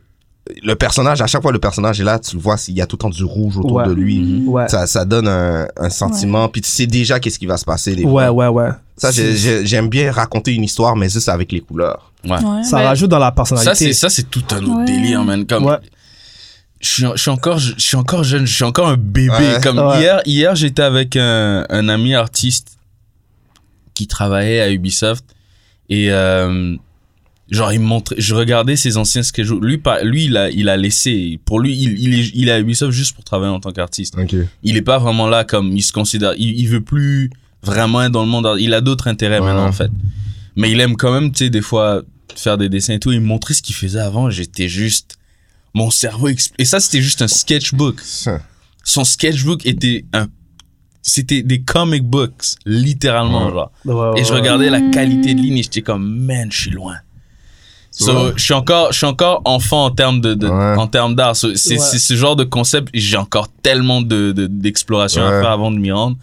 Speaker 3: le personnage, à chaque fois le personnage est là, tu le vois, il y a tout le temps du rouge autour
Speaker 2: Ouais.
Speaker 3: de lui.
Speaker 1: Mhm.
Speaker 2: Mm-hmm. Ouais.
Speaker 3: Ça, ça donne un, un sentiment, puis tu sais déjà qu'est-ce qui va se passer. Des
Speaker 2: Ouais,
Speaker 3: fois.
Speaker 2: ouais, ouais.
Speaker 3: Ça, j'ai- j'ai- j'aime bien raconter une histoire, mais juste avec les couleurs.
Speaker 4: Ouais,
Speaker 2: Ça
Speaker 4: mais-
Speaker 2: rajoute dans la
Speaker 1: ça c'est
Speaker 2: personnalité.
Speaker 1: ça c'est tout un autre
Speaker 4: Ouais.
Speaker 1: délire man comme
Speaker 2: Ouais.
Speaker 1: je suis, je suis encore je suis encore jeune je suis encore un bébé
Speaker 3: Ouais.
Speaker 1: comme
Speaker 2: Ouais.
Speaker 1: hier hier j'étais avec un, un ami artiste qui travaillait à Ubisoft et euh, genre il me montrait je regardais ses anciens schedules lui pas lui il a il a laissé pour lui il il est, il est à Ubisoft juste pour travailler en tant qu'artiste
Speaker 5: Ok.
Speaker 1: il est pas vraiment là comme il se considère il, il veut plus vraiment être dans le monde il a d'autres intérêts
Speaker 5: Ouais.
Speaker 1: maintenant en fait mais il aime quand même tu sais des fois faire des dessins et tout il me montrait ce qu'il faisait avant j'étais juste mon cerveau expl- et ça c'était juste un sketchbook
Speaker 5: Ça.
Speaker 1: son sketchbook était un c'était des comic books littéralement
Speaker 5: Ouais.
Speaker 1: genre
Speaker 2: Ouais,
Speaker 1: et je
Speaker 2: ouais.
Speaker 1: regardais la qualité de ligne et j'étais comme man je suis loin So,
Speaker 5: Ouais.
Speaker 1: je suis encore je suis encore enfant en termes de, de-
Speaker 5: Ouais.
Speaker 1: en termes d'art So, c'est
Speaker 2: Ouais.
Speaker 1: c'est ce genre de concept j'ai encore tellement de de- d'exploration à
Speaker 5: Ouais.
Speaker 1: faire avant de m'y rendre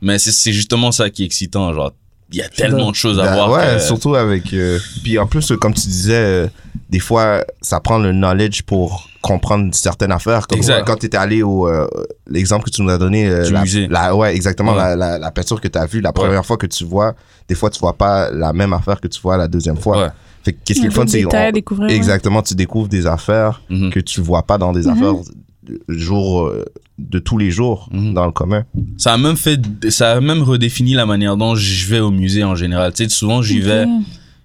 Speaker 1: mais c'est c'est justement ça qui est excitant genre il y a tellement de choses à
Speaker 5: Bah,
Speaker 1: voir
Speaker 5: ouais,
Speaker 1: que-
Speaker 5: surtout avec. euh,
Speaker 3: Puis en plus, euh, comme tu disais, euh, des fois, ça prend le knowledge pour comprendre certaines affaires. Comme
Speaker 1: Exact.
Speaker 3: quand tu étais allé au. euh, L'exemple que tu nous as donné. euh,
Speaker 1: Du
Speaker 3: la,
Speaker 1: musée.
Speaker 3: la- ouais, exactement.
Speaker 1: Ouais.
Speaker 3: La, la- la peinture que tu as vue la première fois que tu vois, des fois, tu vois pas la même affaire que tu vois la deuxième fois.
Speaker 1: Ouais.
Speaker 3: Fait que qu'est-ce qui est le fun, c'est.
Speaker 4: détails à
Speaker 3: on-
Speaker 4: découvrir. ouais.
Speaker 3: Exactement, tu découvres des affaires
Speaker 1: Mhm.
Speaker 3: que tu vois pas dans des
Speaker 4: Mhm.
Speaker 3: affaires de- jour, euh, de tous les jours
Speaker 1: Mhm.
Speaker 3: dans le commun.
Speaker 1: ça a même fait ça a même redéfini la manière dont je vais au musée en général tu sais souvent j'y vais
Speaker 4: Ok.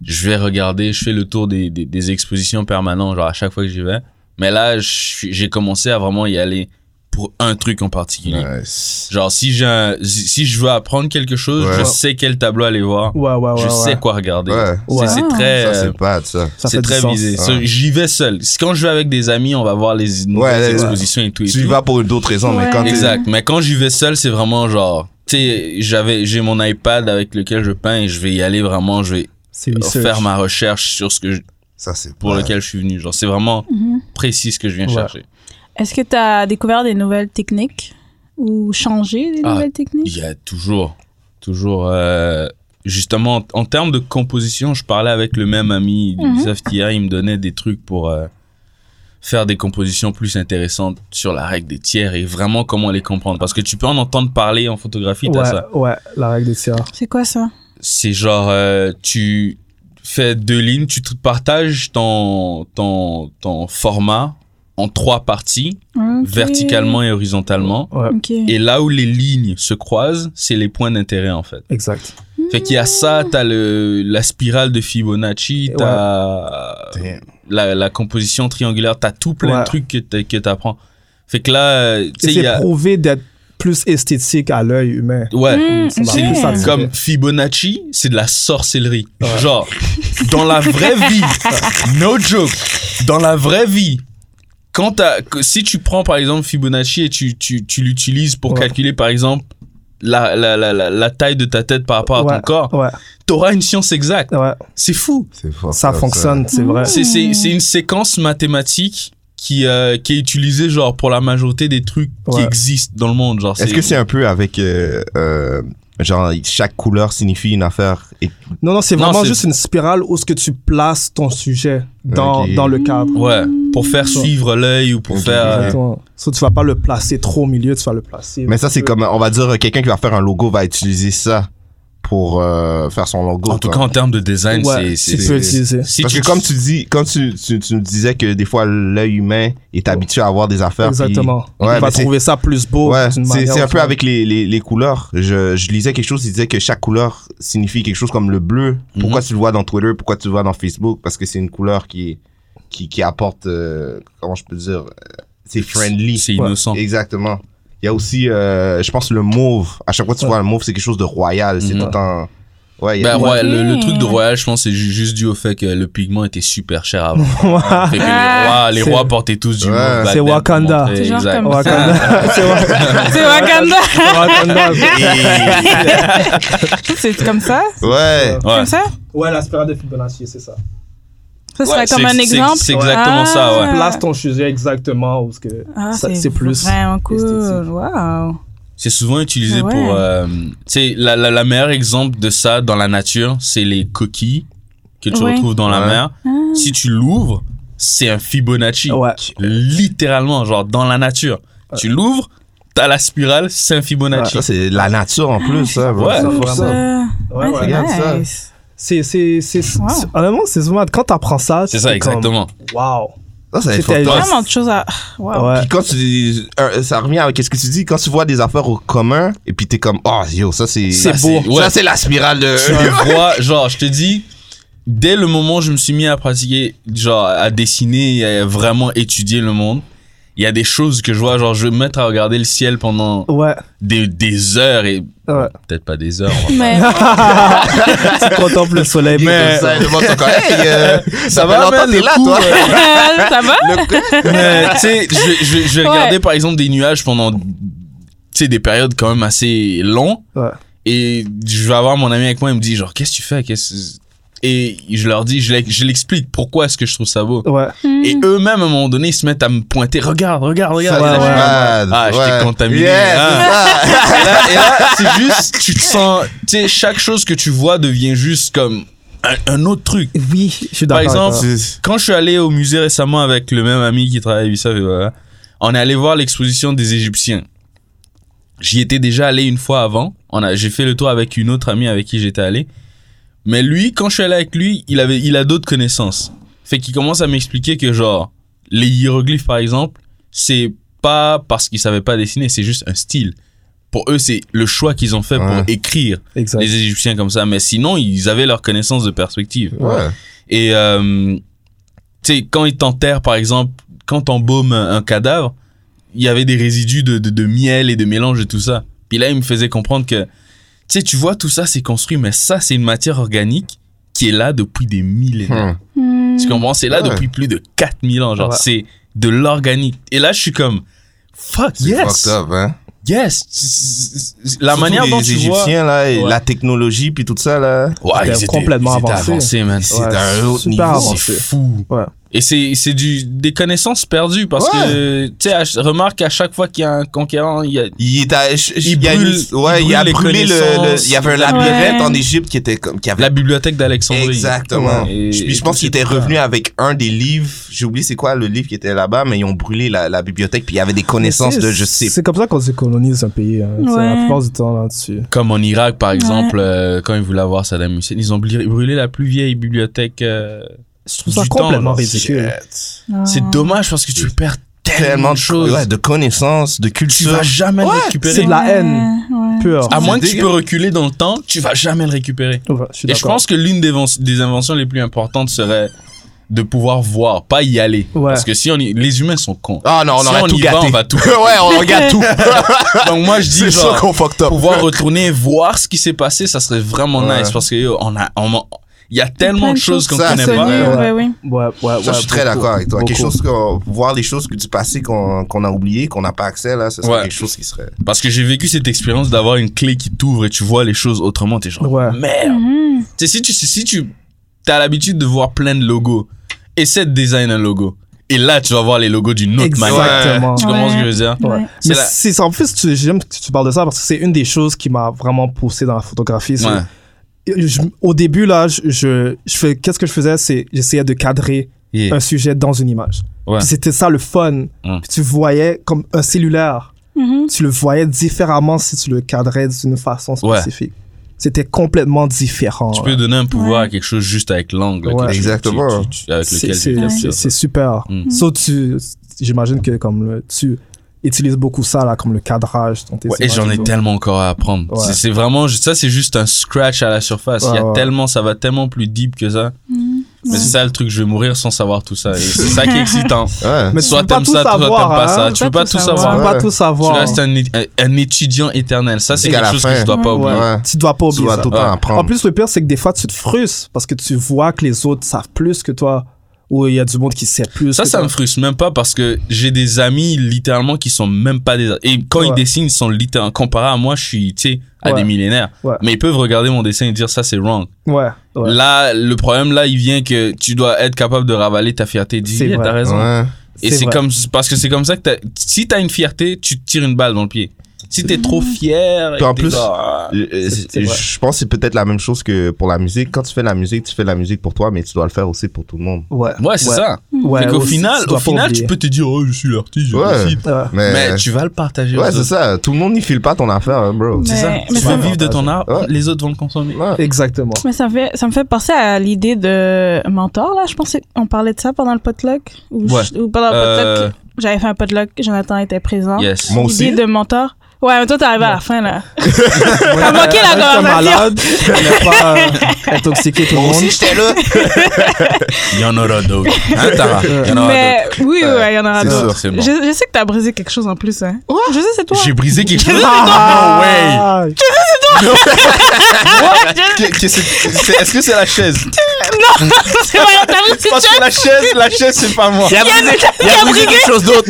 Speaker 1: je vais regarder, je fais le tour des, des, des expositions permanentes, genre à chaque fois que j'y vais. Mais là, je suis- j'ai commencé à vraiment y aller pour un truc en particulier.
Speaker 5: nice.
Speaker 1: Genre, si, j'ai un- si si je veux apprendre quelque chose,
Speaker 5: Ouais.
Speaker 1: je sais quel tableau aller voir,
Speaker 2: Ouais, ouais, ouais.
Speaker 1: je sais
Speaker 2: ouais.
Speaker 1: quoi regarder.
Speaker 5: Ouais.
Speaker 1: C'est
Speaker 2: Ouais.
Speaker 1: c'est
Speaker 4: Ah.
Speaker 1: très,
Speaker 5: Ça,
Speaker 1: euh,
Speaker 5: c'est pas ça.
Speaker 2: Ça
Speaker 1: c'est
Speaker 2: fait du
Speaker 1: très
Speaker 2: sens.
Speaker 1: visé.
Speaker 5: Ouais.
Speaker 1: Ça, J'y vais seul. Quand je vais avec des amis, on va voir les nouvelles
Speaker 5: là, là.
Speaker 1: expositions et tout. et
Speaker 5: Tu y
Speaker 1: tout.
Speaker 5: vas pour d'autres raisons, mais
Speaker 4: Ouais.
Speaker 5: quand t'es-
Speaker 1: Exact. Mais quand j'y vais seul, c'est vraiment genre, tu sais, j'avais, j'ai mon iPad avec lequel je peins et je vais y aller vraiment, je vais
Speaker 2: C'est research.
Speaker 1: faire ma recherche sur ce que je,
Speaker 5: Ça, c'est
Speaker 1: pour
Speaker 5: pas-
Speaker 1: lequel je suis venu. Genre, c'est vraiment
Speaker 4: Mhm.
Speaker 1: précis ce que je viens
Speaker 2: Ouais.
Speaker 1: chercher.
Speaker 4: Est-ce que tu as découvert des nouvelles techniques ou changé des
Speaker 1: Ah,
Speaker 4: nouvelles
Speaker 1: Il
Speaker 4: techniques
Speaker 1: y a toujours, toujours, euh, justement, en, en termes de composition, je parlais avec le même ami
Speaker 4: Mhm.
Speaker 1: d'Ubisoft hier, il me donnait des trucs pour euh, faire des compositions plus intéressantes sur la règle des tiers et vraiment comment les comprendre. Parce que tu peux en entendre parler en photographie, t'as ça.
Speaker 2: Ouais, ouais, la règle des tiers.
Speaker 4: C'est quoi ça
Speaker 1: c'est genre euh, tu fais deux lignes, tu te partages ton, ton, ton format en trois parties,
Speaker 4: Ok.
Speaker 1: verticalement et horizontalement.
Speaker 2: Ouais,
Speaker 4: Ok.
Speaker 1: Et là où les lignes se croisent, c'est les points d'intérêt en fait.
Speaker 2: exact.
Speaker 1: Fait
Speaker 2: Mm.
Speaker 1: qu'il y a ça, t'as le la spirale de Fibonacci,
Speaker 2: Ouais.
Speaker 1: t'as
Speaker 5: Damn.
Speaker 1: la, la composition triangulaire, t'as tout plein
Speaker 2: Ouais.
Speaker 1: de trucs que t'a- que t'apprends. Fait que là, euh, tu sais,
Speaker 2: Et
Speaker 1: il y
Speaker 2: c'est
Speaker 1: a
Speaker 2: prouvé d'être plus esthétique à l'œil humain.
Speaker 1: ouais.
Speaker 4: Mm,
Speaker 2: C'est
Speaker 4: ok.
Speaker 2: plus facile.
Speaker 1: Comme Fibonacci, c'est de la sorcellerie.
Speaker 2: Ouais.
Speaker 1: Genre, dans la vraie vie, no joke, dans la vraie vie, quand t'as- que- si tu prends par exemple Fibonacci et tu, tu, tu l'utilises pour
Speaker 2: Ouais.
Speaker 1: calculer par exemple la, la, la, la, la taille de ta tête par rapport à ton corps,
Speaker 2: Ouais,
Speaker 1: t'auras une science exacte.
Speaker 2: ouais.
Speaker 1: C'est fou.
Speaker 5: C'est fort,
Speaker 2: Ça fonctionne, c'est vrai.
Speaker 1: C'est- C'est c'est une séquence mathématique qui, euh, qui est utilisée genre pour la majorité des trucs qui
Speaker 2: Ouais.
Speaker 1: existent dans le monde. Genre,
Speaker 3: Est-ce que c'est un peu avec. euh, euh, genre, chaque couleur signifie une affaire et
Speaker 2: Non, non, c'est
Speaker 1: Non,
Speaker 2: vraiment
Speaker 1: c'est-
Speaker 2: juste une spirale où ce que tu places ton sujet dans,
Speaker 5: Ok.
Speaker 2: dans le cadre.
Speaker 1: Ouais, pour faire suivre l'œil ou pour
Speaker 5: Ok.
Speaker 1: faire... euh,
Speaker 2: Exactement. So, tu vas pas le placer trop au milieu, tu vas le placer.
Speaker 3: Mais ça, c'est comme, on va dire, euh, quelqu'un qui va faire un logo va utiliser ça pour euh, faire son logo.
Speaker 1: En tout
Speaker 3: quoi.
Speaker 1: cas, en termes de design,
Speaker 2: Ouais,
Speaker 1: c'est.
Speaker 2: tu
Speaker 1: c'est-
Speaker 2: peux utiliser.
Speaker 1: si
Speaker 3: Parce que comme tu dis, comme tu, tu, tu nous disais que des fois, l'œil humain est
Speaker 1: Oh.
Speaker 3: habitué à avoir des affaires. puis-
Speaker 2: Exactement.
Speaker 3: Ouais,
Speaker 2: tu vas
Speaker 3: mais c'est-
Speaker 2: trouver ça plus
Speaker 1: Oh,
Speaker 2: beau.
Speaker 3: Ouais,
Speaker 2: d'une
Speaker 3: c'est
Speaker 2: manière
Speaker 3: c'est un
Speaker 2: ou
Speaker 3: peu
Speaker 2: d'une
Speaker 3: avec les, les, les couleurs. Je, je lisais quelque chose, il disait que chaque couleur signifie quelque chose comme le bleu. Pourquoi
Speaker 1: Mhm.
Speaker 3: tu le vois dans Twitter Pourquoi tu le vois dans Facebook Parce que c'est une couleur qui, qui, qui apporte, euh, comment je peux dire, euh, c'est friendly.
Speaker 1: C'est
Speaker 2: Ouais.
Speaker 1: innocent.
Speaker 3: Exactement. Il y a aussi, euh, je pense, le mauve. À chaque fois que tu vois le mauve, c'est quelque chose de royal. C'est
Speaker 1: Mhm.
Speaker 3: tout le temps. Ouais, il y
Speaker 1: Ben
Speaker 3: a-
Speaker 1: ouais, le, le
Speaker 4: Ok.
Speaker 1: truc de Royal, je pense, c'est ju- juste dû au fait que le pigment était super cher avant. Fait
Speaker 2: manière.
Speaker 1: que les
Speaker 4: Ah.
Speaker 1: rois, les
Speaker 2: C'est-
Speaker 1: rois portaient tous du
Speaker 3: Ouais.
Speaker 1: mauve back
Speaker 2: C'est
Speaker 1: then pour
Speaker 2: Wakanda.
Speaker 1: montrer-
Speaker 4: C'est genre
Speaker 1: exact.
Speaker 2: Ouais.
Speaker 4: comme-
Speaker 2: Wakanda. c'est Wa-
Speaker 4: C'est Wakanda.
Speaker 2: c'est Wakanda.
Speaker 4: C'est comme ça
Speaker 3: Ouais.
Speaker 4: C'est
Speaker 1: Ouais.
Speaker 4: Comme ça
Speaker 2: Ouais, la spirale de Fibonacci, c'est ça.
Speaker 4: Ça
Speaker 1: Ouais,
Speaker 4: serait
Speaker 1: c'est-
Speaker 4: comme un
Speaker 1: c'est-
Speaker 4: exemple.
Speaker 1: c'est exactement ça, ouais.
Speaker 2: Place ton sujet exactement où ce que.
Speaker 4: Ah,
Speaker 2: Ça, c'est plus
Speaker 4: Vraiment cool.
Speaker 2: esthétique.
Speaker 4: Wow.
Speaker 1: C'est souvent utilisé
Speaker 4: Ah ouais.
Speaker 1: pour. euh, tu sais, la, la, la meilleure exemple de ça dans la nature, c'est les coquilles que tu
Speaker 4: Ouais. Ah.
Speaker 1: retrouves dans la
Speaker 5: Ouais.
Speaker 1: mer. Si tu l'ouvres, c'est un Fibonacci.
Speaker 2: Ah Ouais.
Speaker 1: Littéralement, genre dans la nature. Tu l'ouvres, t'as la spirale, c'est un Fibonacci.
Speaker 3: Ça, c'est la nature en plus. ça, bro.
Speaker 1: Ouais.
Speaker 3: C'est pour
Speaker 2: Ouais.
Speaker 3: ça.
Speaker 4: Euh,
Speaker 2: Ouais,
Speaker 4: ouais,
Speaker 2: ouais.
Speaker 3: regarde ça.
Speaker 4: c'est nice.
Speaker 2: C'est. c'est- c'est-
Speaker 4: Wow.
Speaker 2: c'est- Honnêtement, c'est souvent. Quand t'apprends ça,
Speaker 1: C'est ça,
Speaker 2: t'es comme,
Speaker 1: exactement.
Speaker 2: Waouh.
Speaker 3: Ça, ça va être
Speaker 2: C'était-
Speaker 3: fucked up.
Speaker 4: Vraiment de choses à. Wow.
Speaker 2: Ouais.
Speaker 3: Puis quand tu dis- euh, ça revient avec ce que tu dis, quand tu vois des affaires au commun, et puis t'es comme, oh yo, ça c'est.
Speaker 1: C'est
Speaker 3: ça,
Speaker 1: beau. Ouais.
Speaker 3: Ça c'est la spirale de.
Speaker 1: tu le vois, genre, je te dis, dès le moment où je me suis mis à pratiquer, genre, à dessiner et à vraiment étudier le monde, il y a des choses que je vois, genre, je vais me mettre à regarder le ciel pendant
Speaker 2: Ouais.
Speaker 1: des, des heures et.
Speaker 2: Ouais.
Speaker 1: Peut-être pas des heures. hein. on va-
Speaker 4: Mais
Speaker 2: tu contemples le soleil.
Speaker 1: Mais-
Speaker 3: Ça, le monde sont comme, hey, euh, ça va
Speaker 1: va,
Speaker 3: longtemps,
Speaker 1: man,
Speaker 3: t'es
Speaker 1: le
Speaker 3: là,
Speaker 1: coup,
Speaker 3: toi.
Speaker 1: euh,
Speaker 4: ça va?
Speaker 1: Mais, tu sais, je, vais- je vais- je vais
Speaker 4: Ouais.
Speaker 1: regarder, par exemple, des nuages pendant, tu sais, des périodes quand même assez longues.
Speaker 2: Ouais.
Speaker 1: Et je vais avoir mon ami avec moi, il me dit, genre, qu'est-ce que tu fais? Qu'est-ce... Et je leur dis, je l'ex- je l'explique pourquoi est-ce que je trouve ça beau.
Speaker 2: Ouais.
Speaker 1: Et
Speaker 4: Hmm.
Speaker 1: eux-mêmes, à un moment donné, ils se mettent à me pointer. Regarde, regarde,
Speaker 3: Ça,
Speaker 1: regarde.
Speaker 3: c'est
Speaker 2: ouais,
Speaker 3: la
Speaker 2: ouais.
Speaker 3: spirale.
Speaker 1: Ah, je t'ai
Speaker 3: Ouais.
Speaker 1: contaminé.
Speaker 3: Yeah,
Speaker 1: Ah. Et là- et là, c'est juste, tu te sens, tu sais, chaque chose que tu vois devient juste comme un, un autre truc.
Speaker 2: Oui, je suis
Speaker 1: Par
Speaker 2: d'accord.
Speaker 1: exemple,
Speaker 2: avec
Speaker 3: C'est-
Speaker 1: Quand je suis allé au musée récemment avec le même ami qui travaille à Bissau, et voilà, on est allé voir l'exposition des Égyptiens. J'y étais déjà allé une fois avant. On a, j'ai fait le tour avec une autre amie avec qui j'étais allé. Mais lui, quand je suis allé avec lui, il avait, il a d'autres connaissances. Fait qu'il commence à m'expliquer que genre, les hiéroglyphes par exemple, c'est pas parce qu'ils savaient pas dessiner, c'est juste un style. Pour eux, c'est le choix qu'ils ont fait
Speaker 3: Ouais.
Speaker 1: pour écrire
Speaker 2: toi. Exact.
Speaker 1: les Égyptiens comme ça. Mais sinon, ils avaient leur connaissance de perspective.
Speaker 3: Ouais.
Speaker 1: Et euh, tu sais, quand ils t'enterrent, par exemple, quand t'embaumes un, un cadavre, il y avait des résidus de, de, de miel et de mélange de tout ça. Puis là, il me faisait comprendre que, tu sais, tu vois, tout ça, c'est construit, mais ça, c'est une matière organique qui est là depuis des millénaires.
Speaker 3: Hmm. Ah
Speaker 4: Hmm.
Speaker 1: Tu comprends? C'est là
Speaker 3: Ouais. Ah
Speaker 1: depuis plus de 4000 ans, genre,
Speaker 2: Ouais.
Speaker 1: c'est de l'organique. Et là, je suis comme, fuck,
Speaker 3: C'est
Speaker 1: yes!
Speaker 3: fucked up, hein.
Speaker 1: Yes! La
Speaker 3: Surtout
Speaker 1: manière
Speaker 3: les
Speaker 1: dont tu vois.
Speaker 3: Égyptiens, là, et
Speaker 1: Ouais.
Speaker 3: la technologie, puis tout ça, là.
Speaker 1: Ouais,
Speaker 2: C'était complètement
Speaker 1: ils étaient
Speaker 2: avancé.
Speaker 1: avancés, man.
Speaker 3: C'est un autre
Speaker 2: super
Speaker 3: niveau.
Speaker 2: avancé.
Speaker 1: fou.
Speaker 2: Ouais.
Speaker 1: Et c'est, c'est du, des connaissances perdues parce
Speaker 3: Ouais.
Speaker 1: que, tu sais, à ch- remarque qu'à chaque fois qu'il y a un conquérant, il y a.
Speaker 3: Il est à- je- je-
Speaker 1: Il
Speaker 3: il y a une-
Speaker 1: brûle-
Speaker 3: ouais,
Speaker 1: il
Speaker 3: il a
Speaker 1: brûle les
Speaker 3: brûlé le, le-
Speaker 1: connaissances.
Speaker 3: il y avait un labyrinthe
Speaker 4: Ouais.
Speaker 3: en Égypte qui était comme, qui avait
Speaker 1: La bibliothèque d'Alexandrie.
Speaker 3: Exactement.
Speaker 1: Et-
Speaker 3: Puis
Speaker 1: et
Speaker 3: je pense
Speaker 1: tout
Speaker 3: qu'il
Speaker 1: ce
Speaker 3: était
Speaker 1: truc-là.
Speaker 3: revenu avec un des livres. J'ai oublié c'est quoi le livre qui était là-bas, mais ils ont brûlé la, la bibliothèque. Puis il y avait des connaissances
Speaker 2: Mais
Speaker 3: de
Speaker 2: c'est-
Speaker 3: je sais.
Speaker 2: C'est comme ça qu'on se colonise un pays. hein. C'est La
Speaker 4: Ouais.
Speaker 2: plupart du temps là-dessus.
Speaker 1: Comme en Irak, par exemple, euh, quand ils voulaient avoir Saddam Hussein, ils ont bli- brûlé la plus vieille bibliothèque. euh,
Speaker 2: Je trouve
Speaker 1: Du
Speaker 2: ça
Speaker 1: temps,
Speaker 2: complètement
Speaker 1: là.
Speaker 2: ridicule.
Speaker 3: Shit.
Speaker 4: Ah.
Speaker 1: C'est dommage parce que tu perds
Speaker 3: Tellement de choses,
Speaker 1: choses.
Speaker 3: ouais, de connaissances, de
Speaker 1: Tu
Speaker 3: culture.
Speaker 1: vas jamais
Speaker 3: Ouais,
Speaker 1: le récupérer.
Speaker 2: c'est de la haine
Speaker 4: Ouais.
Speaker 2: pure.
Speaker 1: À moins que
Speaker 3: C'est
Speaker 1: tu peux reculer dans le temps, tu vas jamais le récupérer.
Speaker 2: Ouais, je suis
Speaker 1: Et je
Speaker 2: d'accord.
Speaker 1: pense que l'une des, ven- des inventions les plus importantes serait de pouvoir voir, pas y aller.
Speaker 2: Ouais.
Speaker 1: Parce que si on y... les humains sont cons.
Speaker 3: Ah non, on
Speaker 1: Si
Speaker 3: aurait
Speaker 1: on
Speaker 3: tout
Speaker 1: y
Speaker 3: gâté.
Speaker 1: va, on va tout-
Speaker 3: ouais, on regarde tout.
Speaker 1: Donc moi je dis
Speaker 3: c'est sûr
Speaker 1: genre
Speaker 3: qu'on fucked up.
Speaker 1: pouvoir retourner voir ce qui s'est passé, ça serait vraiment
Speaker 3: Ouais.
Speaker 1: nice parce que yo, on a on a- il y a
Speaker 4: Il y a
Speaker 1: tellement
Speaker 4: plein
Speaker 1: de choses qu'on
Speaker 3: Ça,
Speaker 1: connaît
Speaker 3: c'est
Speaker 1: pas.
Speaker 4: connues,
Speaker 2: Ouais.
Speaker 4: ouais, oui.
Speaker 2: Ouais, ouais,
Speaker 3: Ça,
Speaker 2: ouais,
Speaker 3: je suis très
Speaker 2: beaucoup,
Speaker 3: d'accord avec toi. Quelque
Speaker 2: beaucoup.
Speaker 3: chose qu'on- voir les choses que du passé qu'on qu'on a oubliées, qu'on n'a pas accès là, ça serait
Speaker 1: Ouais.
Speaker 3: quelque chose qui serait.
Speaker 1: Parce que j'ai vécu cette expérience d'avoir une clé qui t'ouvre et tu vois les choses autrement, t'es genre
Speaker 2: Ouais.
Speaker 1: merde.
Speaker 4: Mhm.
Speaker 1: Tu sais, si tu si tu t'as l'habitude de voir plein de logos, essaie de design un logo. Et là, tu vas voir les logos d'une autre manière.
Speaker 2: Exactement.
Speaker 1: Tu comprends ce que je veux dire
Speaker 2: Ouais.
Speaker 4: Ouais.
Speaker 1: C'est
Speaker 2: Mais
Speaker 1: la-
Speaker 2: c'est en plus tu j'aime que tu parles de ça parce que c'est une des choses qui m'a vraiment poussé dans la photographie. c'est-
Speaker 1: Ouais.
Speaker 2: je- au début là, je, je, je fais qu'est-ce que je faisais, c'est j'essayais de cadrer
Speaker 1: Yeah.
Speaker 2: un sujet dans une image.
Speaker 1: Ouais.
Speaker 2: Puis C'était ça le fun. Puis tu voyais comme un cellulaire,
Speaker 4: Mhm.
Speaker 2: tu le voyais différemment si tu le cadrais d'une façon
Speaker 1: Ouais.
Speaker 2: spécifique. C'était complètement différent.
Speaker 1: Tu
Speaker 2: là.
Speaker 1: peux donner un pouvoir
Speaker 4: Ouais.
Speaker 1: à quelque chose juste avec l'angle.
Speaker 2: Ouais.
Speaker 1: que tu-
Speaker 3: Exactement.
Speaker 1: tu- tu- avec
Speaker 2: C'est-
Speaker 1: lequel
Speaker 2: c'est-
Speaker 1: tu
Speaker 2: C'est
Speaker 1: captures.
Speaker 2: c'est super.
Speaker 1: Mm.
Speaker 2: So, tu- j'imagine que comme le- tu utilises beaucoup ça là, comme le cadrage. dans tes
Speaker 1: Ouais, et
Speaker 2: images
Speaker 1: j'en ai
Speaker 2: tout.
Speaker 1: tellement encore à apprendre.
Speaker 2: Ouais.
Speaker 1: C'est- C'est vraiment, ju- ça c'est juste un scratch à la surface.
Speaker 2: Ouais,
Speaker 1: Il y a
Speaker 2: ouais.
Speaker 1: tellement, ça va tellement plus deep que ça.
Speaker 4: Mhm.
Speaker 1: Mais c'est ça le truc, je vais mourir sans savoir tout ça. Et c'est ça qui est excitant.
Speaker 3: Ouais.
Speaker 2: Mais
Speaker 1: soit
Speaker 2: tu peux pas
Speaker 1: t'aimes
Speaker 2: tout
Speaker 1: ça, soit t'aimes
Speaker 2: savoir,
Speaker 1: pas
Speaker 2: hein.
Speaker 1: ça. Tu peux pas tout
Speaker 2: Tu
Speaker 1: savoir.
Speaker 2: peux
Speaker 3: Ouais.
Speaker 2: pas tout
Speaker 1: Tu
Speaker 2: savoir.
Speaker 1: restes un, é- un- un étudiant éternel. Ça c'est
Speaker 3: Jusqu'à
Speaker 1: quelque
Speaker 3: la
Speaker 1: chose
Speaker 3: fin.
Speaker 1: que je dois pas oublier.
Speaker 3: Ouais.
Speaker 2: Tu dois pas
Speaker 3: Tu
Speaker 2: oublier
Speaker 3: vas
Speaker 2: ça.
Speaker 3: tout le temps
Speaker 1: Ouais.
Speaker 2: En
Speaker 3: apprendre.
Speaker 2: plus, le pire, c'est que des fois, tu te frustres parce que tu vois que les autres savent plus que toi ou il y a du monde qui sait plus.
Speaker 1: Ça,
Speaker 2: que
Speaker 1: ça
Speaker 2: toi.
Speaker 1: me frustre même pas parce que j'ai des amis littéralement qui sont même pas des. Et quand
Speaker 2: Ouais.
Speaker 1: ils dessinent, ils sont littéralement. Comparé à moi, je suis, tu sais, à
Speaker 2: Ouais.
Speaker 1: des millénaires.
Speaker 2: Ouais.
Speaker 1: Mais ils peuvent regarder mon dessin et dire ça, c'est wrong.
Speaker 2: Ouais, ouais.
Speaker 1: Là, le problème, là, il vient que tu dois être capable de ravaler ta fierté. Dis,
Speaker 2: C'est
Speaker 1: yeah,
Speaker 2: vrai.
Speaker 1: t'as raison.
Speaker 3: Ouais.
Speaker 1: Et c'est
Speaker 2: vrai.
Speaker 1: comme, parce que c'est comme ça que t'as- si t'as une fierté, tu te tires une balle dans le pied. Si t'es trop fier. et
Speaker 3: Puis en
Speaker 1: que t'es
Speaker 3: plus,
Speaker 1: genre, ah,
Speaker 3: Euh, euh,
Speaker 2: C'est- c'est
Speaker 3: je
Speaker 2: vrai.
Speaker 3: je pense que c'est peut-être la même chose que pour la musique. Quand tu fais la musique, tu fais la musique pour toi, mais tu dois le faire aussi pour tout le monde.
Speaker 2: Ouais.
Speaker 1: Ouais, c'est ça.
Speaker 2: Ouais,
Speaker 1: Fait qu'au
Speaker 2: aussi,
Speaker 1: final,
Speaker 2: dois
Speaker 1: au
Speaker 2: pas
Speaker 1: final tu
Speaker 2: oublier.
Speaker 1: peux te dire, oh, je suis l'artiste, je
Speaker 3: Ouais.
Speaker 1: décide.
Speaker 2: Ouais.
Speaker 3: Mais,
Speaker 1: Mais tu vas le partager. aux
Speaker 3: ouais, c'est
Speaker 1: autres.
Speaker 3: ça. Tout le monde n'y file pas ton affaire, hein, bro.
Speaker 1: C'est ça.
Speaker 4: Mais- mais
Speaker 1: Tu
Speaker 4: ça
Speaker 1: vas
Speaker 4: me-
Speaker 1: vivre de ton art,
Speaker 3: Ouais.
Speaker 1: les autres vont le consommer.
Speaker 3: Ouais.
Speaker 2: Exactement.
Speaker 4: Mais ça me fait, ça me fait penser à l'idée de mentor, là. Je pense qu'on parlait de ça pendant le potluck. Ou, je- ou pendant le
Speaker 1: Euh,
Speaker 4: potluck. J'avais fait un potluck, Jonathan était présent.
Speaker 1: Yes.
Speaker 3: Moi aussi.
Speaker 4: L'idée de mentor. Ouais, mais toi, t'es arrivé à la fin, là.
Speaker 2: T'as
Speaker 4: manqué la conversation.
Speaker 2: malade, je voulais pas euh, intoxiquer tout le monde.
Speaker 3: j'étais là.
Speaker 1: Il y en aura d'autres. Hein, Tara Il y en aura
Speaker 4: mais oui, oui, ouais, il y en aura
Speaker 3: c'est
Speaker 4: d'autres.
Speaker 3: sûr.
Speaker 1: d'autres. C'est bon.
Speaker 4: Je, je sais que t'as brisé quelque chose en plus, hein. je sais, c'est toi.
Speaker 1: J'ai brisé quelque chose. No way.
Speaker 2: Ah,
Speaker 3: Qu'est- qu'est- c'est- c'est- Est-ce que c'est la chaise
Speaker 4: c'est vrai, t'as vu,
Speaker 3: Parce que la chaise, la chaise, c'est pas moi.
Speaker 1: Il a brisé, quelque chose d'autre.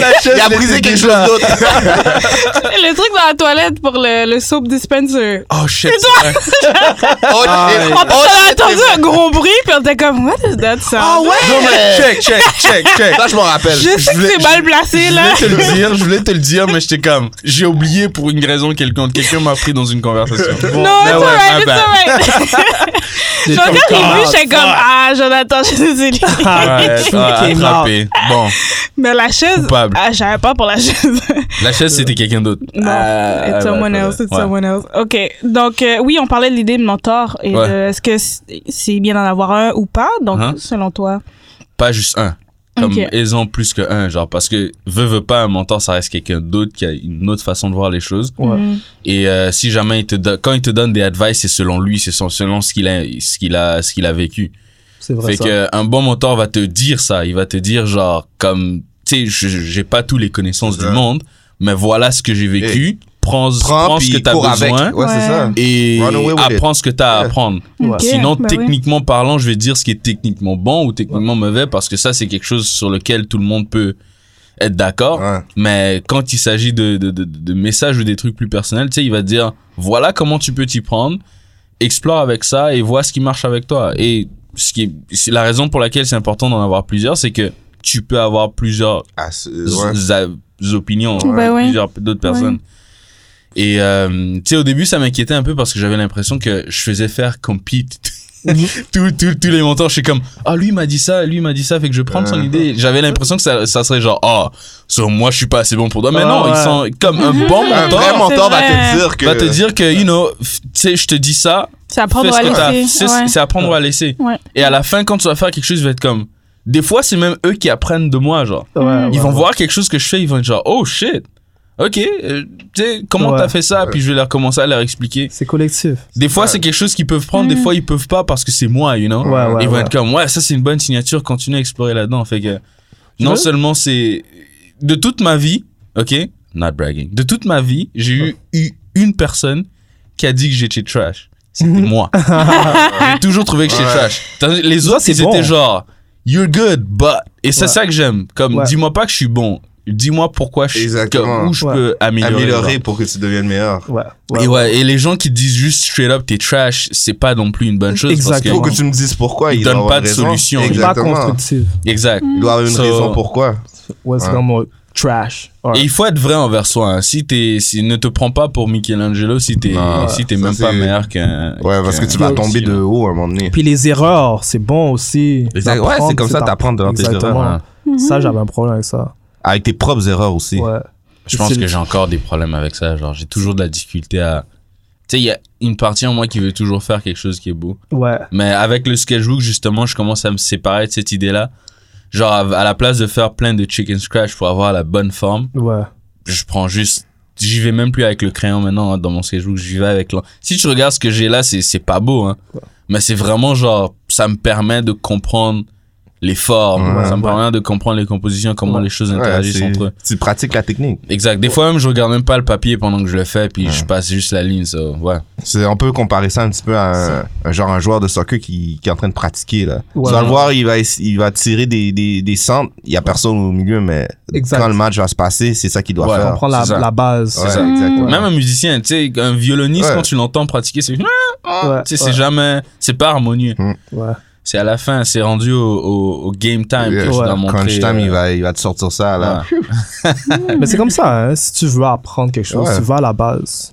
Speaker 3: La chaise,
Speaker 1: Il a
Speaker 3: je l'ai
Speaker 1: brisé
Speaker 3: dit
Speaker 1: quelque
Speaker 3: déjà.
Speaker 4: le truc dans la toilette pour le, le soap dispenser.
Speaker 1: Oh shit.
Speaker 3: Oh,
Speaker 2: Ah,
Speaker 3: shit.
Speaker 2: ouais.
Speaker 4: On a entendu un gros bruit, puis on était comme, what is that sound?
Speaker 3: Ah ouais Non, mais check, check, check, check. Là, je m'en rappelle.
Speaker 4: je sais que
Speaker 1: voulais-
Speaker 4: c'est mal placé,
Speaker 1: Je
Speaker 4: là.
Speaker 1: voulais te le dire, je voulais te le dire, mais j'étais comme, j'ai oublié pour une raison quelconque. Quelqu'un m'a pris dans une conversation.
Speaker 4: Non,
Speaker 1: mais ben
Speaker 4: it's
Speaker 1: ouais,
Speaker 4: alright,
Speaker 1: my
Speaker 4: it's
Speaker 1: bad.
Speaker 4: alright.
Speaker 2: j'ai
Speaker 4: Genre, quand
Speaker 2: comme-
Speaker 4: j'ai vu, j'étais comme, ah, Jonathan, je suis désolée.
Speaker 1: Ouais,
Speaker 2: She
Speaker 1: ah,
Speaker 2: came
Speaker 1: attrapé. Bon,
Speaker 4: Mais la chaise,
Speaker 1: Coupable.
Speaker 4: ah, j'avais pas pour la chaise.
Speaker 1: la chaise c'était quelqu'un d'autre.
Speaker 4: Non,
Speaker 1: Ah,
Speaker 4: it's
Speaker 1: ouais,
Speaker 4: someone
Speaker 1: ouais,
Speaker 4: else, it's
Speaker 1: ouais.
Speaker 4: someone else. OK, donc euh, oui, on parlait de l'idée de mentor et
Speaker 1: Ouais.
Speaker 4: de est-ce que c- c'est bien d'en avoir un ou pas, donc
Speaker 1: Hein?
Speaker 4: selon toi.
Speaker 1: Pas juste un. Comme
Speaker 4: Ok.
Speaker 1: ils ont plus que un, genre parce que veut veut pas un mentor, ça reste quelqu'un d'autre qui a une autre façon de voir les choses.
Speaker 2: Ouais.
Speaker 4: Mhm.
Speaker 1: Et euh, si jamais il te donne, quand il te donne des advice, c'est selon lui, c'est son- selon ce qu'il a, ce qu'il a, ce qu'il a vécu.
Speaker 2: C'est vrai
Speaker 1: Fait
Speaker 2: ça.
Speaker 1: que un bon mentor va te dire ça, il va te dire genre comme tu sais je- je- j'ai pas tous les connaissances
Speaker 3: C'est
Speaker 1: du
Speaker 3: ça.
Speaker 1: monde, mais voilà ce que j'ai vécu, prends
Speaker 3: Prends,
Speaker 1: prends ce
Speaker 3: puis
Speaker 1: que t'as
Speaker 3: cours
Speaker 1: besoin
Speaker 3: avec. Ouais, c'est
Speaker 4: Ouais.
Speaker 3: ça.
Speaker 1: et
Speaker 3: Run away with it.
Speaker 1: apprends ce que t'as à
Speaker 3: Yeah.
Speaker 1: apprendre.
Speaker 2: Ouais.
Speaker 4: Ok,
Speaker 1: Sinon
Speaker 4: bah oui.
Speaker 1: techniquement parlant, je vais dire ce qui est techniquement bon ou techniquement mauvais parce que ça c'est quelque chose sur lequel tout le monde peut être d'accord.
Speaker 3: Ouais.
Speaker 1: Mais quand il s'agit de, de, de, de messages ou des trucs plus personnels, tu sais, il va te dire voilà comment tu peux t'y prendre, explore avec ça et vois ce qui marche avec toi. Et ce qui est, c'est la raison pour laquelle c'est important d'en avoir plusieurs, c'est que tu peux avoir plusieurs
Speaker 3: Ah, c'est- ouais.
Speaker 1: z- a- opinions,
Speaker 4: Ouais. Ben
Speaker 1: de
Speaker 4: Ouais.
Speaker 1: plusieurs p- d'autres personnes. Et euh, tu sais, au début, ça m'inquiétait un peu parce que j'avais l'impression que je faisais faire compete. tous tous- tous les mentors, je suis comme, ah, lui m'a dit ça, lui m'a dit ça, fait que je prends son
Speaker 3: Euh.
Speaker 1: idée. J'avais l'impression que ça, ça serait genre, ah, sur moi, je suis pas assez bon pour toi. Mais
Speaker 2: Ah,
Speaker 1: non, ils
Speaker 2: ouais.
Speaker 1: sont comme un bon
Speaker 3: Un
Speaker 1: mentor.
Speaker 3: vrai
Speaker 4: Mentor,
Speaker 3: mentor
Speaker 4: c'est
Speaker 3: va
Speaker 4: vrai.
Speaker 3: te dire Ah, que.
Speaker 1: va te dire que, you know, f- tu sais, je te dis ça,
Speaker 4: C'est apprendre
Speaker 1: fais
Speaker 4: à
Speaker 1: ce que t'as-
Speaker 4: laisser.
Speaker 1: c'est-
Speaker 4: ouais.
Speaker 1: C'est apprendre ou à laisser.
Speaker 4: Ouais.
Speaker 1: Et à la fin, quand tu vas faire quelque chose, il va être comme, des fois, c'est même eux qui apprennent de moi, genre.
Speaker 2: Ouais, ouais,
Speaker 1: Ils vont
Speaker 2: ouais.
Speaker 1: voir quelque chose que je fais, ils vont être genre, oh shit, ok, euh, tu sais, comment
Speaker 2: Ouais.
Speaker 1: t'as fait ça, puis je vais leur commencer à leur expliquer.
Speaker 2: C'est collectif.
Speaker 1: Des fois, c'est quelque chose qu'ils peuvent prendre, des
Speaker 4: Mm.
Speaker 1: fois, ils peuvent pas parce que c'est moi, you know.
Speaker 2: Ouais, ouais,
Speaker 1: ils vont
Speaker 2: ouais.
Speaker 1: être comme, ouais, ça c'est une bonne signature, continue à explorer là-dedans. Fait que, non
Speaker 2: veux?
Speaker 1: seulement c'est. De toute ma vie, ok, not bragging, de toute ma vie, j'ai eu, eu une personne qui a dit que j'étais trash. C'était moi. j'ai toujours trouvé que j'étais
Speaker 3: Ouais.
Speaker 1: trash. Tandis que Les
Speaker 2: Ça,
Speaker 1: autres,
Speaker 2: c'est
Speaker 1: ils
Speaker 2: bon.
Speaker 1: étaient genre, you're good, but. Et c'est
Speaker 2: Ouais.
Speaker 1: ça que j'aime. Comme,
Speaker 2: Ouais.
Speaker 1: dis-moi pas que je suis bon. Dis-moi pourquoi je suis.
Speaker 3: Exactement.
Speaker 1: que- Où je
Speaker 2: Ouais.
Speaker 1: peux améliorer.
Speaker 3: améliorer pour que tu deviennes meilleur.
Speaker 2: Ouais.
Speaker 1: Et ouais, et les gens qui disent juste straight up t'es trash, c'est pas non plus une bonne chose.
Speaker 2: Exactement.
Speaker 3: Faut
Speaker 1: Parce
Speaker 3: que tu me dises pourquoi.
Speaker 1: Ils
Speaker 3: doit
Speaker 1: donnent
Speaker 3: avoir
Speaker 1: pas
Speaker 3: une
Speaker 1: de
Speaker 3: raison.
Speaker 1: solution.
Speaker 2: C'est pas
Speaker 3: Exactement.
Speaker 2: constructif.
Speaker 1: que, exact.
Speaker 3: Il doit avoir une
Speaker 1: So-
Speaker 3: raison pourquoi.
Speaker 2: Ouais, c'est
Speaker 3: Ouais.
Speaker 2: vraiment trash. Ouais.
Speaker 1: Et il faut être vrai envers soi. hein. Si t'es, si ne te prends pas pour Michelangelo, si t'es,
Speaker 3: Non,
Speaker 1: si t'es
Speaker 3: ça,
Speaker 1: même
Speaker 3: c'est-
Speaker 1: pas meilleur qu'un.
Speaker 3: Ouais, parce que
Speaker 1: qu'un-
Speaker 3: tu vas
Speaker 1: qu'un-
Speaker 3: tomber de haut à un moment donné.
Speaker 2: Puis les erreurs, c'est bon aussi.
Speaker 3: Exact. er- Ouais,
Speaker 2: D'apprendre,
Speaker 3: c'est comme ça,
Speaker 2: d'app-
Speaker 3: t'apprends de tes
Speaker 2: Exactement.
Speaker 3: erreurs. hein.
Speaker 2: Ça, j'avais un problème avec ça.
Speaker 3: Avec tes propres erreurs aussi.
Speaker 2: Ouais.
Speaker 1: Je pense
Speaker 2: C'est-
Speaker 1: que j'ai encore des problèmes avec ça. Genre, j'ai toujours de la difficulté à. Tu sais, il y a une partie en moi qui veut toujours faire quelque chose qui est beau.
Speaker 2: Ouais.
Speaker 1: Mais avec le sketchbook, justement, je commence à me séparer de cette idée-là. Genre, à à la place de faire plein de chicken scratch pour avoir la bonne forme,
Speaker 2: Ouais.
Speaker 1: je prends juste j'y vais même plus avec le crayon maintenant hein, dans mon sketchbook j'y vais avec l'en- si tu regardes ce que j'ai là c'est c'est pas beau hein mais c'est vraiment genre ça me permet de comprendre les formes
Speaker 3: Ouais,
Speaker 1: ça me
Speaker 2: ouais.
Speaker 1: permet de comprendre les compositions comment les choses
Speaker 3: Ouais,
Speaker 1: interagissent
Speaker 3: c'est-
Speaker 1: entre eux
Speaker 3: tu pratiques la technique.
Speaker 1: exact des fois même je regarde même pas le papier pendant que je le fais puis je passe juste la ligne so, ouais
Speaker 3: C'est, on peut comparer ça un petit peu à un, un genre un joueur de soccer qui, qui est en train de pratiquer là.
Speaker 2: Ouais.
Speaker 3: tu vas le voir, il va ess- il va tirer des des, des centres, il y a personne au milieu mais
Speaker 2: Exact.
Speaker 3: quand le match va se passer, c'est ça qu'il doit
Speaker 1: Ouais.
Speaker 3: faire.
Speaker 2: Prends la,
Speaker 1: c'est ça.
Speaker 2: la base.
Speaker 3: Ouais,
Speaker 1: ça.
Speaker 3: exactement.
Speaker 1: même un musicien tu sais un violoniste
Speaker 3: Ouais.
Speaker 1: quand tu l'entends pratiquer c'est tu
Speaker 2: Ouais.
Speaker 1: sais, c'est
Speaker 2: ouais.
Speaker 1: jamais c'est pas harmonieux
Speaker 2: Ouais.
Speaker 1: C'est à la fin, c'est rendu au, au- au game time
Speaker 3: Yeah.
Speaker 1: que je dois
Speaker 2: Ouais.
Speaker 1: montrer.
Speaker 3: Crunch time,
Speaker 1: euh,
Speaker 3: il, va, il va te sortir ça, là.
Speaker 2: Mais c'est comme ça, hein. Si tu veux apprendre quelque chose,
Speaker 3: Ouais.
Speaker 2: tu vas à la base.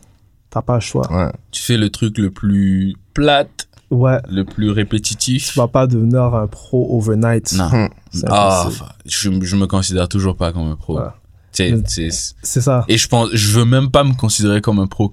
Speaker 2: T'as pas le choix.
Speaker 3: Ouais.
Speaker 1: Tu fais le truc le plus plate,
Speaker 2: Ouais.
Speaker 1: le plus répétitif.
Speaker 2: Tu vas pas devenir un pro overnight.
Speaker 1: Non.
Speaker 2: Bah, C'est
Speaker 1: Ah,
Speaker 2: impossible.
Speaker 1: enfin, je, je me considère toujours pas comme un pro.
Speaker 2: Ouais.
Speaker 1: C'est-
Speaker 2: Mais-
Speaker 1: c'est-
Speaker 2: C'est ça.
Speaker 1: et je pense, je veux même pas me considérer comme un pro.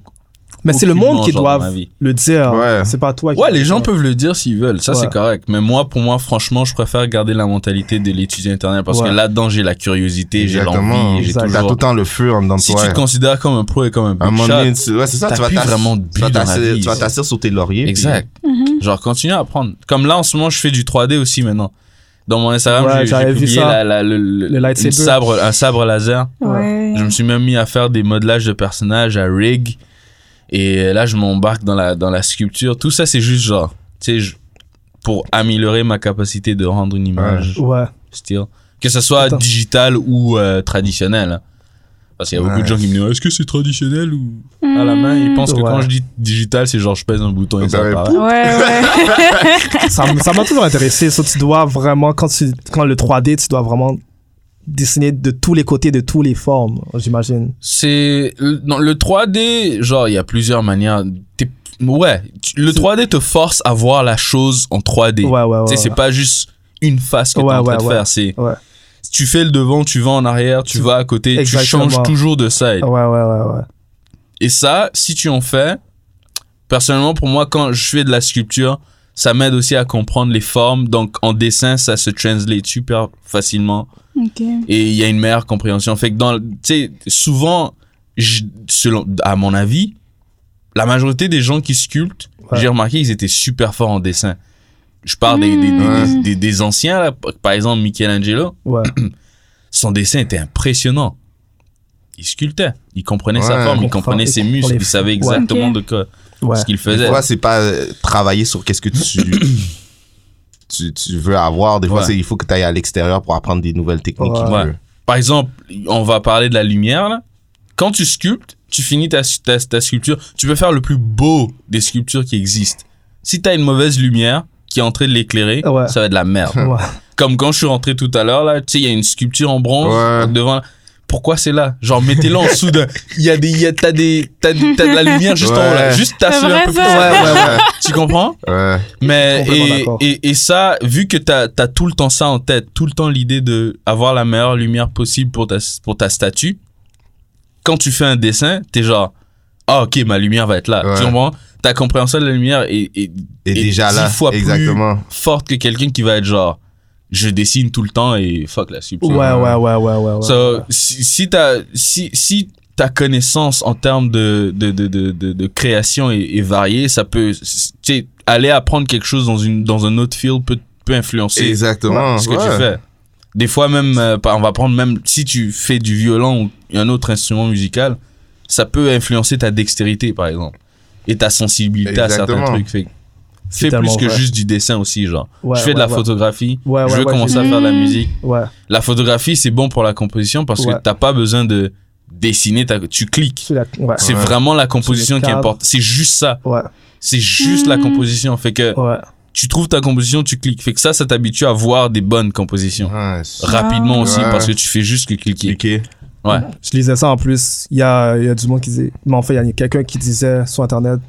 Speaker 2: Mais c'est le
Speaker 1: aucunement,
Speaker 2: monde qui
Speaker 1: genre,
Speaker 2: doit
Speaker 1: dans ma vie.
Speaker 2: le dire.
Speaker 3: Ouais.
Speaker 2: C'est pas toi qui.
Speaker 1: Ouais, les gens peuvent le dire s'ils veulent, ça
Speaker 2: Ouais.
Speaker 1: c'est correct. Mais moi, pour moi, franchement, je préfère garder la mentalité de l'étudiant interne parce
Speaker 2: Ouais.
Speaker 1: que là-dedans, j'ai la curiosité, j'ai
Speaker 3: Exactement.
Speaker 1: l'envie, j'ai
Speaker 2: Exact.
Speaker 3: T'as tout
Speaker 1: toujours.
Speaker 3: le temps le feu en dedans de
Speaker 1: Si
Speaker 3: toi.
Speaker 1: tu te considères comme un pro et comme un
Speaker 3: À un
Speaker 1: big
Speaker 3: moment
Speaker 1: shot,
Speaker 3: donné, tu- ouais, c'est ça,
Speaker 1: t'as
Speaker 3: tu vas
Speaker 1: plus
Speaker 3: t'ass-
Speaker 1: vraiment de
Speaker 3: tu vas
Speaker 1: but dans la
Speaker 3: t'asseoir-
Speaker 1: vie,
Speaker 3: tu vas
Speaker 1: c'est-
Speaker 3: t'asseoir sur tes lauriers. puis-
Speaker 1: Exact. Genre, continue à apprendre. Comme là, en ce moment, je fais du 3D aussi maintenant. Dans mon Instagram,
Speaker 2: Ouais,
Speaker 1: j'ai-
Speaker 2: j'avais
Speaker 1: j'ai
Speaker 2: vu
Speaker 1: publié
Speaker 2: ça.
Speaker 1: la- la- le, le-
Speaker 2: Le lightsaber.
Speaker 1: une sabre, un sabre laser.
Speaker 4: Ouais.
Speaker 1: Je me suis même mis à faire des modelages de personnages à rig. Et là, je m'embarque dans la, dans la sculpture. Tout ça, c'est juste genre, tu sais, je- pour améliorer ma capacité de rendre une image,
Speaker 2: Ouais.
Speaker 1: style. Que ce soit
Speaker 2: Attends.
Speaker 1: digital ou euh, traditionnel. Parce qu'il y a beaucoup de gens qui me disent, Ah, est-ce que c'est traditionnel ou à la main Ils pensent que
Speaker 2: Ouais.
Speaker 1: quand je dis digital, c'est genre, je pèse un bouton et
Speaker 3: Ouais,
Speaker 1: ça
Speaker 3: ouais.
Speaker 1: apparaît.
Speaker 4: Ouais, ouais.
Speaker 2: ça m- ça m'a toujours intéressé. Ça, tu dois vraiment, quand, tu, quand le 3D, tu dois vraiment dessiner de tous les côtés, de toutes les formes, j'imagine.
Speaker 1: C'est le- non, le 3D, genre il y a plusieurs manières. T'es- Ouais, tu- le 3D te force à voir la chose en 3D.
Speaker 2: Ouais, ouais, ouais.
Speaker 1: Tu sais, c'est
Speaker 2: ouais.
Speaker 1: pas juste une face que
Speaker 2: Ouais,
Speaker 1: t'es en train
Speaker 2: ouais,
Speaker 1: de
Speaker 2: ouais.
Speaker 1: faire, c'est
Speaker 2: Ouais.
Speaker 1: tu fais le devant, tu vas en arrière, tu
Speaker 2: Tu-
Speaker 1: vas à côté,
Speaker 2: Exactement.
Speaker 1: tu changes toujours de side.
Speaker 2: Ouais, ouais, ouais, ouais.
Speaker 1: Et ça, si tu en fais, personnellement pour moi quand je fais de la sculpture, ça m'aide aussi à comprendre les formes. Donc en dessin, ça se translate super facilement
Speaker 4: Ok.
Speaker 1: et il y a une meilleure compréhension. Fait que dans, le- tu sais, souvent, je- selon, à mon avis, la majorité des gens qui sculptent,
Speaker 2: Ouais.
Speaker 1: j'ai remarqué, ils étaient super forts en dessin. Je parle des, des, des-
Speaker 2: Hmm.
Speaker 1: des-
Speaker 4: Mmh.
Speaker 1: des- des anciens, là, par- par exemple Michelangelo,
Speaker 2: Ouais.
Speaker 1: son dessin était impressionnant. Il sculptait, il comprenait
Speaker 3: Ouais.
Speaker 1: sa forme, il
Speaker 2: Comprend-
Speaker 1: comprenait
Speaker 2: il
Speaker 1: ses
Speaker 2: comprend
Speaker 1: muscles,
Speaker 2: les
Speaker 1: il savait
Speaker 2: formes. Ouais.
Speaker 1: exactement
Speaker 4: Ok.
Speaker 1: de quoi,
Speaker 2: ouais.
Speaker 1: ce qu'il
Speaker 3: Des
Speaker 1: faisait.
Speaker 3: fois, c'est pas euh, travailler sur qu'est-ce que tu, tu, tu veux avoir. Des fois,
Speaker 1: Ouais.
Speaker 3: c'est il faut que tu ailles à l'extérieur pour apprendre des nouvelles techniques.
Speaker 2: Ouais.
Speaker 3: qui
Speaker 1: Ouais.
Speaker 3: veut.
Speaker 1: Par exemple, on va parler de la lumière, là. Quand tu sculptes, tu finis ta, ta, ta sculpture, tu peux faire le plus beau des sculptures qui existent. Si t'as une mauvaise lumière qui est en train de l'éclairer,
Speaker 2: Ouais.
Speaker 1: ça va être de la merde.
Speaker 2: Ouais.
Speaker 1: Comme quand je suis rentré tout à l'heure, là, tu sais, il y a une sculpture en bronze
Speaker 3: Ouais.
Speaker 1: devant. Pourquoi c'est là Genre, mettez-la en dessous de. Il y a des. il y a- T'as des. T'as des- t'as de la lumière juste en haut, là.
Speaker 3: Ouais.
Speaker 1: Juste t'as
Speaker 4: C'est
Speaker 1: celui
Speaker 4: vrai,
Speaker 1: un peu plus.
Speaker 4: ça.
Speaker 1: Ouais, ouais, ouais. tu comprends
Speaker 3: Ouais.
Speaker 1: mais
Speaker 2: Complètement
Speaker 1: et,
Speaker 2: d'accord.
Speaker 1: et, et ça, vu que t'as as tout le temps ça en tête, tout le temps l'idée de avoir la meilleure lumière possible pour ta, pour ta statue, quand tu fais un dessin, t'es genre, ah ok, ma lumière va être là.
Speaker 3: Ouais.
Speaker 1: Tu comprends Ta compréhension de la lumière est, est
Speaker 3: Et,
Speaker 1: Et
Speaker 3: déjà
Speaker 1: dix
Speaker 3: là,
Speaker 1: fois plus-
Speaker 3: exactement.
Speaker 1: forte que quelqu'un qui va être genre, je dessine tout le temps et fuck la sculpture.
Speaker 2: Ouais, ouais, ouais, ouais, ouais. ouais.
Speaker 1: So, si, si, ta, si, si ta connaissance en termes de, de, de, de, de, de création est, est variée, ça peut. Tu sais, aller apprendre quelque chose dans, une, dans un autre field peut, peut influencer
Speaker 3: Exactement.
Speaker 1: ce que
Speaker 3: ouais.
Speaker 1: tu fais. Des fois, même, euh, par- on va prendre même si tu fais du violon ou un autre instrument musical, ça peut influencer ta dextérité, par exemple, et ta sensibilité à
Speaker 3: Exactement.
Speaker 1: certains trucs. Fait que
Speaker 2: C'est
Speaker 1: Fais plus
Speaker 2: tellement
Speaker 1: que
Speaker 2: vrai.
Speaker 1: juste du dessin aussi, genre.
Speaker 2: Ouais,
Speaker 1: je fais de
Speaker 2: ouais,
Speaker 1: la
Speaker 2: ouais.
Speaker 1: photographie,
Speaker 2: Ouais, ouais,
Speaker 1: je veux
Speaker 2: ouais,
Speaker 1: commencer
Speaker 2: j'ai-
Speaker 1: à faire de la
Speaker 4: Mm.
Speaker 1: musique
Speaker 2: Ouais.
Speaker 1: la photographie c'est bon pour la composition parce
Speaker 2: Ouais.
Speaker 1: que t'as pas besoin de dessiner ta- tu cliques
Speaker 2: Tu l'as- Ouais.
Speaker 1: c'est
Speaker 3: Ouais.
Speaker 1: vraiment la composition qui
Speaker 2: cadres.
Speaker 1: importe c'est juste ça
Speaker 2: Ouais.
Speaker 1: c'est juste la
Speaker 4: Mhm.
Speaker 1: composition fait que
Speaker 2: Ouais.
Speaker 1: tu trouves ta composition tu cliques fait que ça ça t'habitue à voir des bonnes compositions
Speaker 3: Ouais, c'est-
Speaker 1: rapidement aussi
Speaker 3: Ouais.
Speaker 1: parce que tu fais juste que cliquer
Speaker 3: Cliquer.
Speaker 1: ouais
Speaker 2: Je lisais ça en plus. Il y a, il y a du monde qui disait. Mais en fait, il y a quelqu'un qui disait sur Internet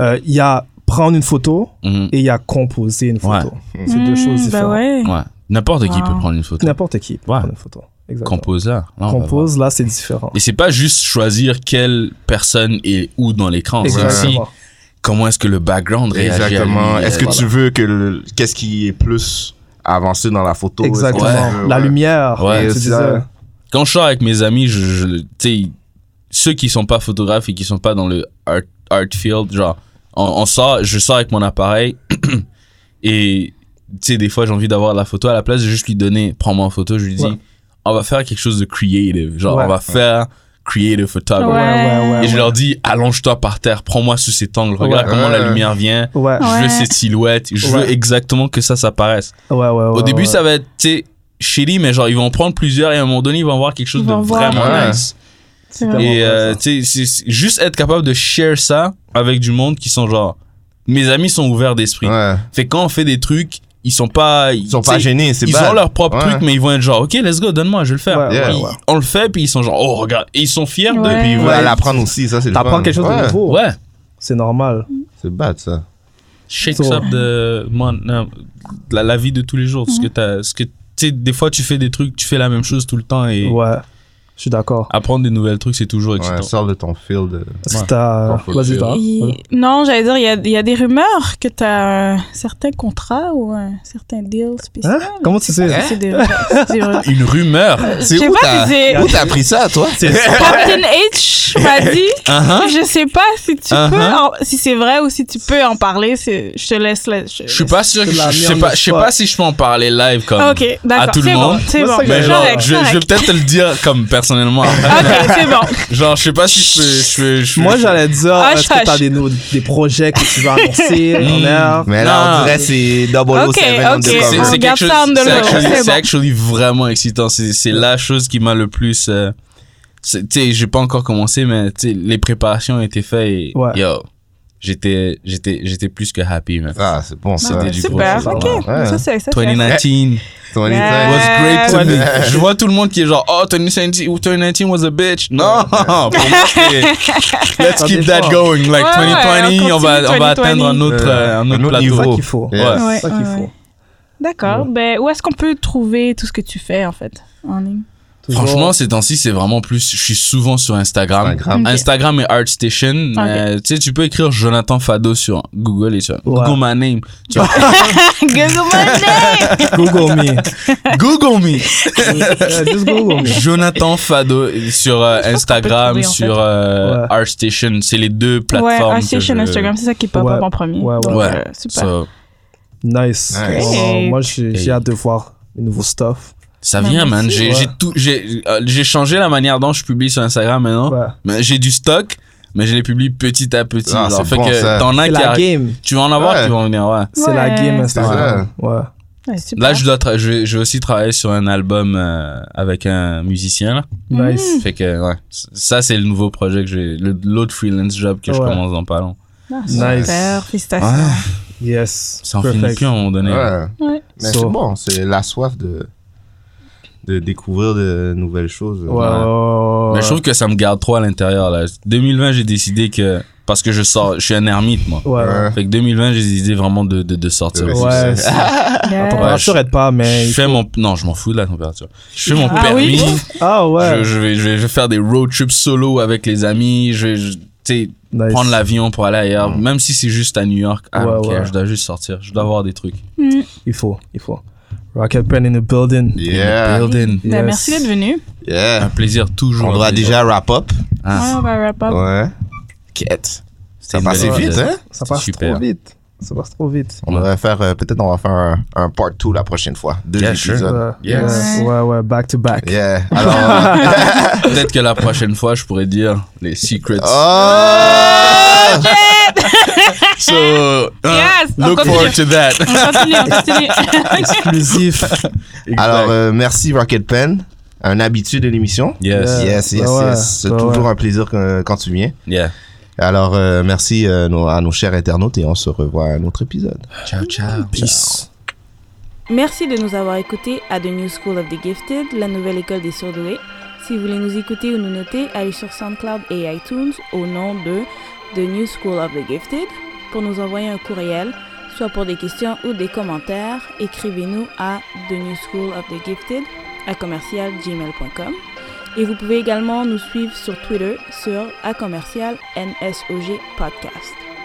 Speaker 2: euh, il y a prendre une photo
Speaker 1: Mhm.
Speaker 2: et il y a composer une
Speaker 1: Ouais.
Speaker 2: photo. C'est deux choses
Speaker 4: Bah
Speaker 2: différentes.
Speaker 4: ouais.
Speaker 1: ouais n'importe qui
Speaker 4: Wow.
Speaker 1: peut prendre une photo
Speaker 2: N'importe qui peut
Speaker 1: Ouais.
Speaker 2: prendre une photo. Exactement.
Speaker 1: compose là Là, on va voir.
Speaker 2: Compose, là, c'est différent.
Speaker 1: et c'est pas juste choisir quelle personne est où dans l'écran c'est aussi
Speaker 2: Exactement.
Speaker 1: comment est-ce que le background réagit à
Speaker 3: Exactement.
Speaker 1: lui, euh,
Speaker 3: Est-ce que
Speaker 1: voilà.
Speaker 3: tu veux que le- qu'est-ce qui est plus avancé dans la photo est-ce que tu
Speaker 2: Exactement.
Speaker 3: veux-
Speaker 2: La
Speaker 3: ouais.
Speaker 2: lumière.
Speaker 1: Ouais,
Speaker 2: tu
Speaker 3: c'est
Speaker 2: disais.
Speaker 3: ça.
Speaker 1: quand je sors avec mes amis, je, je- tu sais, ceux qui sont pas photographes et qui sont pas dans le art, art field, genre, on, on sort, je sors avec mon appareil et, tu sais, des fois j'ai envie d'avoir de la photo à la place, de juste lui donner, prends-moi en photo, je lui dis,
Speaker 2: Ouais.
Speaker 1: on va faire quelque chose de creative, genre,
Speaker 2: Ouais.
Speaker 1: on va faire creative photography.
Speaker 2: Ouais, ouais, ouais.
Speaker 1: Et je leur dis, allonge-toi par terre, prends-moi sous cet angle, regarde
Speaker 3: Ouais.
Speaker 1: comment
Speaker 3: Ouais.
Speaker 1: la lumière vient,
Speaker 2: Ouais,
Speaker 1: je
Speaker 4: Ouais.
Speaker 1: veux cette silhouette, je
Speaker 2: Ouais.
Speaker 1: veux exactement que ça, ça paraisse.
Speaker 2: ouais, ouais.
Speaker 1: Au
Speaker 2: ouais,
Speaker 1: début,
Speaker 2: ouais.
Speaker 1: ça va être, tu sais, shitty, mais genre, ils vont en prendre plusieurs et à un moment donné, ils vont voir quelque chose
Speaker 4: Ils
Speaker 1: de
Speaker 4: vont voir.
Speaker 1: vraiment
Speaker 3: Ouais.
Speaker 1: nice.
Speaker 4: C'est
Speaker 2: Vraiment
Speaker 1: Et,
Speaker 2: vrai,
Speaker 1: euh,
Speaker 2: ça.
Speaker 1: tu sais, c'est- c'est juste être capable de share ça avec du monde qui sont genre. Mes amis sont ouverts d'esprit.
Speaker 3: Ouais.
Speaker 1: Fait que quand on fait des trucs, ils sont pas
Speaker 3: Ils sont pas gênés, c'est
Speaker 1: ils
Speaker 3: bad.
Speaker 1: ont leur propre
Speaker 3: Ouais.
Speaker 1: truc mais ils vont être genre ok let's go donne-moi je vais le faire
Speaker 2: Ouais,
Speaker 3: Yeah.
Speaker 1: Puis
Speaker 2: ouais.
Speaker 1: on le fait puis ils sont genre oh regarde et ils sont fiers
Speaker 4: Ouais.
Speaker 1: de
Speaker 3: Puis ils veulent
Speaker 2: Ouais.
Speaker 3: l'apprendre aussi, ça c'est le
Speaker 2: T'apprends
Speaker 3: fun.
Speaker 2: quelque chose
Speaker 3: Ouais.
Speaker 2: de nouveau.
Speaker 1: ouais
Speaker 2: C'est normal.
Speaker 3: C'est bad ça.
Speaker 1: shakes
Speaker 2: So-
Speaker 1: up de mon- non, la, la vie de tous les
Speaker 4: Mhm.
Speaker 1: jours ce que t'as ce que tu sais des fois tu fais des trucs tu fais la même chose tout le temps et
Speaker 2: Ouais. Je suis d'accord.
Speaker 1: apprendre des nouvelles trucs c'est toujours
Speaker 3: Ouais,
Speaker 1: excitant
Speaker 3: sors de ton field. euh,
Speaker 2: Est-ce
Speaker 1: Ah, Ouais.
Speaker 2: que t'as.
Speaker 3: Bon, faut le
Speaker 2: Vas-y,
Speaker 3: dire.
Speaker 2: t'as.
Speaker 4: Il- Non, j'allais dire, il y a, il y a des rumeurs que tu as un certain contrat ou un certain deal spécial.
Speaker 2: Hein? Comment tu sais?
Speaker 4: Ça, C'est des c'est des rumeurs.
Speaker 1: une rumeur
Speaker 4: Je
Speaker 5: C'est
Speaker 4: sais
Speaker 5: où
Speaker 4: pas
Speaker 5: t'as
Speaker 4: si c'est.
Speaker 5: où t'as appris ça, toi
Speaker 4: Captain H m'a dit.
Speaker 1: Uh-huh.
Speaker 4: Je sais pas si tu
Speaker 1: Uh-huh.
Speaker 4: peux. en- Si c'est vrai ou si tu peux en parler. c'est- Je te laisse. la-
Speaker 1: je suis pas sûr que-
Speaker 2: C'est la
Speaker 1: je sais
Speaker 2: merde
Speaker 1: pas
Speaker 2: de
Speaker 1: je sais
Speaker 2: spot.
Speaker 1: pas si je peux en parler live comme
Speaker 4: Ok, d'accord.
Speaker 1: à tout le
Speaker 4: c'est
Speaker 1: monde.
Speaker 4: Bon, c'est
Speaker 2: Moi,
Speaker 4: bon.
Speaker 2: ça,
Speaker 1: mais genre
Speaker 4: Correct,
Speaker 1: je, je vais
Speaker 4: correct.
Speaker 1: peut-être te le dire comme personnellement
Speaker 4: Ok, c'est bon.
Speaker 1: genre je sais pas si je peux je peux- je peux-
Speaker 2: Moi, j'allais dire,
Speaker 4: Ah,
Speaker 2: est-ce que
Speaker 4: je-
Speaker 2: t'as des, nou- des projets que tu veux annoncer en air?
Speaker 3: Mais
Speaker 1: Non.
Speaker 3: là, on dirait c'est 007 on
Speaker 4: Ok, ok.
Speaker 3: the
Speaker 1: c'est
Speaker 4: on
Speaker 3: cover.
Speaker 1: c'est quelque
Speaker 4: garde
Speaker 1: chose
Speaker 4: ça under
Speaker 1: c'est
Speaker 4: the
Speaker 1: actually-
Speaker 4: wrap, c'est
Speaker 1: c'est
Speaker 4: bon.
Speaker 1: actually vraiment excitant c'est c'est la chose qui m'a le plus euh, c'est- tu sais j'ai pas encore commencé mais tu sais les préparations ont été faites et
Speaker 2: Ouais.
Speaker 1: yo j'étais j'étais j'étais plus que happy man
Speaker 3: Ah, c'est bon ça.
Speaker 1: C'était du gros
Speaker 4: Bah, Super.
Speaker 1: ça,
Speaker 4: Ok.
Speaker 3: ouais.
Speaker 4: Ça, c'est ça. c'est-
Speaker 1: 2019
Speaker 3: Ton
Speaker 4: Yeah.
Speaker 1: was
Speaker 3: design.
Speaker 1: great to
Speaker 2: Ouais.
Speaker 1: me. Je vois tout le monde qui est genre, oh, 2019, ou 2019 was a bitch. Non, pour moi, c'est- let's
Speaker 2: Ça
Speaker 1: keep
Speaker 2: dépend.
Speaker 1: that going. Like
Speaker 4: Ouais,
Speaker 1: 2020, on, va,
Speaker 4: ouais, on continue
Speaker 1: on va atteindre un
Speaker 4: 2020.
Speaker 1: autre,
Speaker 3: Ouais.
Speaker 1: euh, un
Speaker 3: Un
Speaker 1: autre
Speaker 3: autre
Speaker 1: plateau.
Speaker 2: C'est ça
Speaker 3: niveau.
Speaker 2: qu'il faut.
Speaker 3: Yeah.
Speaker 1: Ouais.
Speaker 2: C'est ça qu'il
Speaker 4: ouais,
Speaker 2: faut.
Speaker 4: ouais. D'accord. Ben, où est-ce qu'on peut trouver tout ce que tu fais, en fait, en ligne?
Speaker 2: Toujours.
Speaker 1: Franchement, ces temps-ci, c'est vraiment plus. Je suis souvent sur Instagram.
Speaker 3: Instagram.
Speaker 4: Ok.
Speaker 1: Instagram et ArtStation. mais, tu sais, tu peux écrire Jonathan Fado sur Google et sur
Speaker 2: Ouais.
Speaker 1: Google my name. Tu vois,
Speaker 4: Google Monday!
Speaker 2: Google me.
Speaker 1: Google me.
Speaker 2: Euh, Just Google me.
Speaker 1: Jonathan Fado sur euh,
Speaker 4: qu'on peut
Speaker 1: Instagram,
Speaker 4: trouver, en fait.
Speaker 1: sur euh,
Speaker 2: Ouais.
Speaker 1: ArtStation. C'est les deux
Speaker 4: Ouais,
Speaker 1: plateformes.
Speaker 4: ainsi
Speaker 1: que
Speaker 4: sur
Speaker 1: je-
Speaker 4: Instagram, c'est ça qui pop
Speaker 2: Ouais.
Speaker 4: up en premier.
Speaker 2: Ouais, ouais.
Speaker 4: Donc,
Speaker 1: Ouais.
Speaker 4: euh, super.
Speaker 1: So,
Speaker 2: Nice.
Speaker 3: Nice.
Speaker 2: Vraiment,
Speaker 4: Hey.
Speaker 2: Moi, j'ai j'ai
Speaker 1: Hey.
Speaker 2: hâte de voir les nouveaux stuff.
Speaker 1: ça
Speaker 4: Bah,
Speaker 1: vient, man.
Speaker 4: merci.
Speaker 1: J'ai
Speaker 2: Ouais.
Speaker 1: j'ai tout. J'ai euh, j'ai changé la manière dont je publie sur Instagram maintenant.
Speaker 2: Ouais.
Speaker 1: Mais j'ai du stock, mais je les publie petit à petit.
Speaker 3: Ah,
Speaker 1: genre,
Speaker 3: c'est
Speaker 1: fait
Speaker 3: bon,
Speaker 1: que
Speaker 3: ça.
Speaker 1: t'en as
Speaker 2: C'est
Speaker 1: qui
Speaker 2: la
Speaker 1: arri-
Speaker 2: game.
Speaker 1: Tu vas en avoir
Speaker 3: Ouais.
Speaker 1: qui vont venir, ouais.
Speaker 2: C'est la
Speaker 4: Ouais.
Speaker 2: game
Speaker 3: C'est
Speaker 2: Instagram. Ouais.
Speaker 4: Ouais, super.
Speaker 1: Là, je dois, tra- je vais, je vais aussi travailler sur un album euh, avec un musicien. Là.
Speaker 2: Nice.
Speaker 1: Fait que, ouais, c- ça c'est le nouveau projet que j'ai, le- l'autre freelance job que je
Speaker 2: Ouais.
Speaker 1: commence dans pas long.
Speaker 4: Ah,
Speaker 2: Nice.
Speaker 4: Super, félicitations.
Speaker 2: Yes.
Speaker 1: Ça en finit plus à un moment donné.
Speaker 3: Ouais.
Speaker 4: Ouais.
Speaker 3: Mais
Speaker 2: So-
Speaker 3: c'est bon, c'est la soif de de découvrir de nouvelles choses.
Speaker 2: Ouais, ouais, ouais, ouais,
Speaker 1: Mais je trouve que ça me garde trop à l'intérieur là. 2020, j'ai décidé que parce que je sors, je suis un ermite moi.
Speaker 2: Ouais. ouais.
Speaker 3: Ouais.
Speaker 1: Fait que euh, 2020, j'ai décidé vraiment de, de, de sortir.
Speaker 3: Ouais.
Speaker 1: aussi.
Speaker 3: c'est-
Speaker 2: Ouais, c'est-
Speaker 4: Yeah.
Speaker 2: Attends,
Speaker 1: Ouais,
Speaker 2: rassure, aide pas, mais.
Speaker 1: Je fais mon, non, je m'en fous de la température. Je fais mon
Speaker 4: Ah oui?
Speaker 1: permis.
Speaker 2: Ah ouais.
Speaker 1: Je, je vais, je, vais, je vais faire des road trips solo avec les amis. Je vais je- tu sais,
Speaker 2: Nice.
Speaker 1: prendre l'avion pour aller ailleurs. Même si c'est juste à New York, ah,
Speaker 2: Ouais,
Speaker 1: ok,
Speaker 2: ouais.
Speaker 1: je dois juste sortir. Je dois avoir des trucs.
Speaker 2: Il faut, il faut. Rocket Pen in the building.
Speaker 3: Yeah.
Speaker 1: Building.
Speaker 4: Ben,
Speaker 2: Yes.
Speaker 4: Merci d'être venu.
Speaker 3: Yeah.
Speaker 1: Un plaisir toujours.
Speaker 3: On
Speaker 1: un
Speaker 3: doit
Speaker 1: plaisir.
Speaker 3: déjà wrap up.
Speaker 4: Ouais,
Speaker 1: Ah,
Speaker 4: on va wrap up.
Speaker 3: Ouais. Quête.
Speaker 1: c'était
Speaker 3: Ça
Speaker 1: une
Speaker 3: passe
Speaker 1: belle
Speaker 3: vite,
Speaker 1: période.
Speaker 3: hein?
Speaker 2: Ça passe
Speaker 1: Super.
Speaker 2: trop vite. Ça passe trop vite.
Speaker 3: On devrait faire, euh, peut-être on va faire un, un part 2 la prochaine fois. Deux
Speaker 1: Yeah, sure.
Speaker 3: épisodes.
Speaker 2: Ouais,
Speaker 4: Yes.
Speaker 2: ouais, ouais, ouais, back to back.
Speaker 3: Yeah. Alors.
Speaker 1: Peut-être que la prochaine fois, je pourrais dire les secrets.
Speaker 3: oh!
Speaker 1: So, uh,
Speaker 4: Yes, on
Speaker 1: look
Speaker 4: continue.
Speaker 1: forward to that.
Speaker 4: On continue, on continue.
Speaker 2: Exclusif.
Speaker 1: Exact.
Speaker 3: Alors, euh, merci Rocket Pen. Un habitué de l'émission.
Speaker 1: yes,
Speaker 2: Yeah.
Speaker 3: Yes, yes,
Speaker 2: Bah ouais,
Speaker 3: yes. C'est
Speaker 2: bah
Speaker 3: toujours
Speaker 2: ouais.
Speaker 3: un plaisir que- quand tu viens.
Speaker 1: yeah.
Speaker 3: Alors, euh, merci euh, nos- à nos chers internautes et on se revoit à un autre épisode.
Speaker 1: Ciao, ciao.
Speaker 2: Peace.
Speaker 6: Merci de nous avoir écoutés à The New School of the Gifted, la nouvelle école des surdoués. Si vous voulez nous écouter ou nous noter, allez sur SoundCloud et iTunes au nom de The New School of the Gifted. Pour nous envoyer un courriel, soit pour des questions ou des commentaires, écrivez-nous à The New School of the Gifted à commercialgmail.com. Et vous pouvez également nous suivre sur Twitter sur à commercial NSOG Podcast.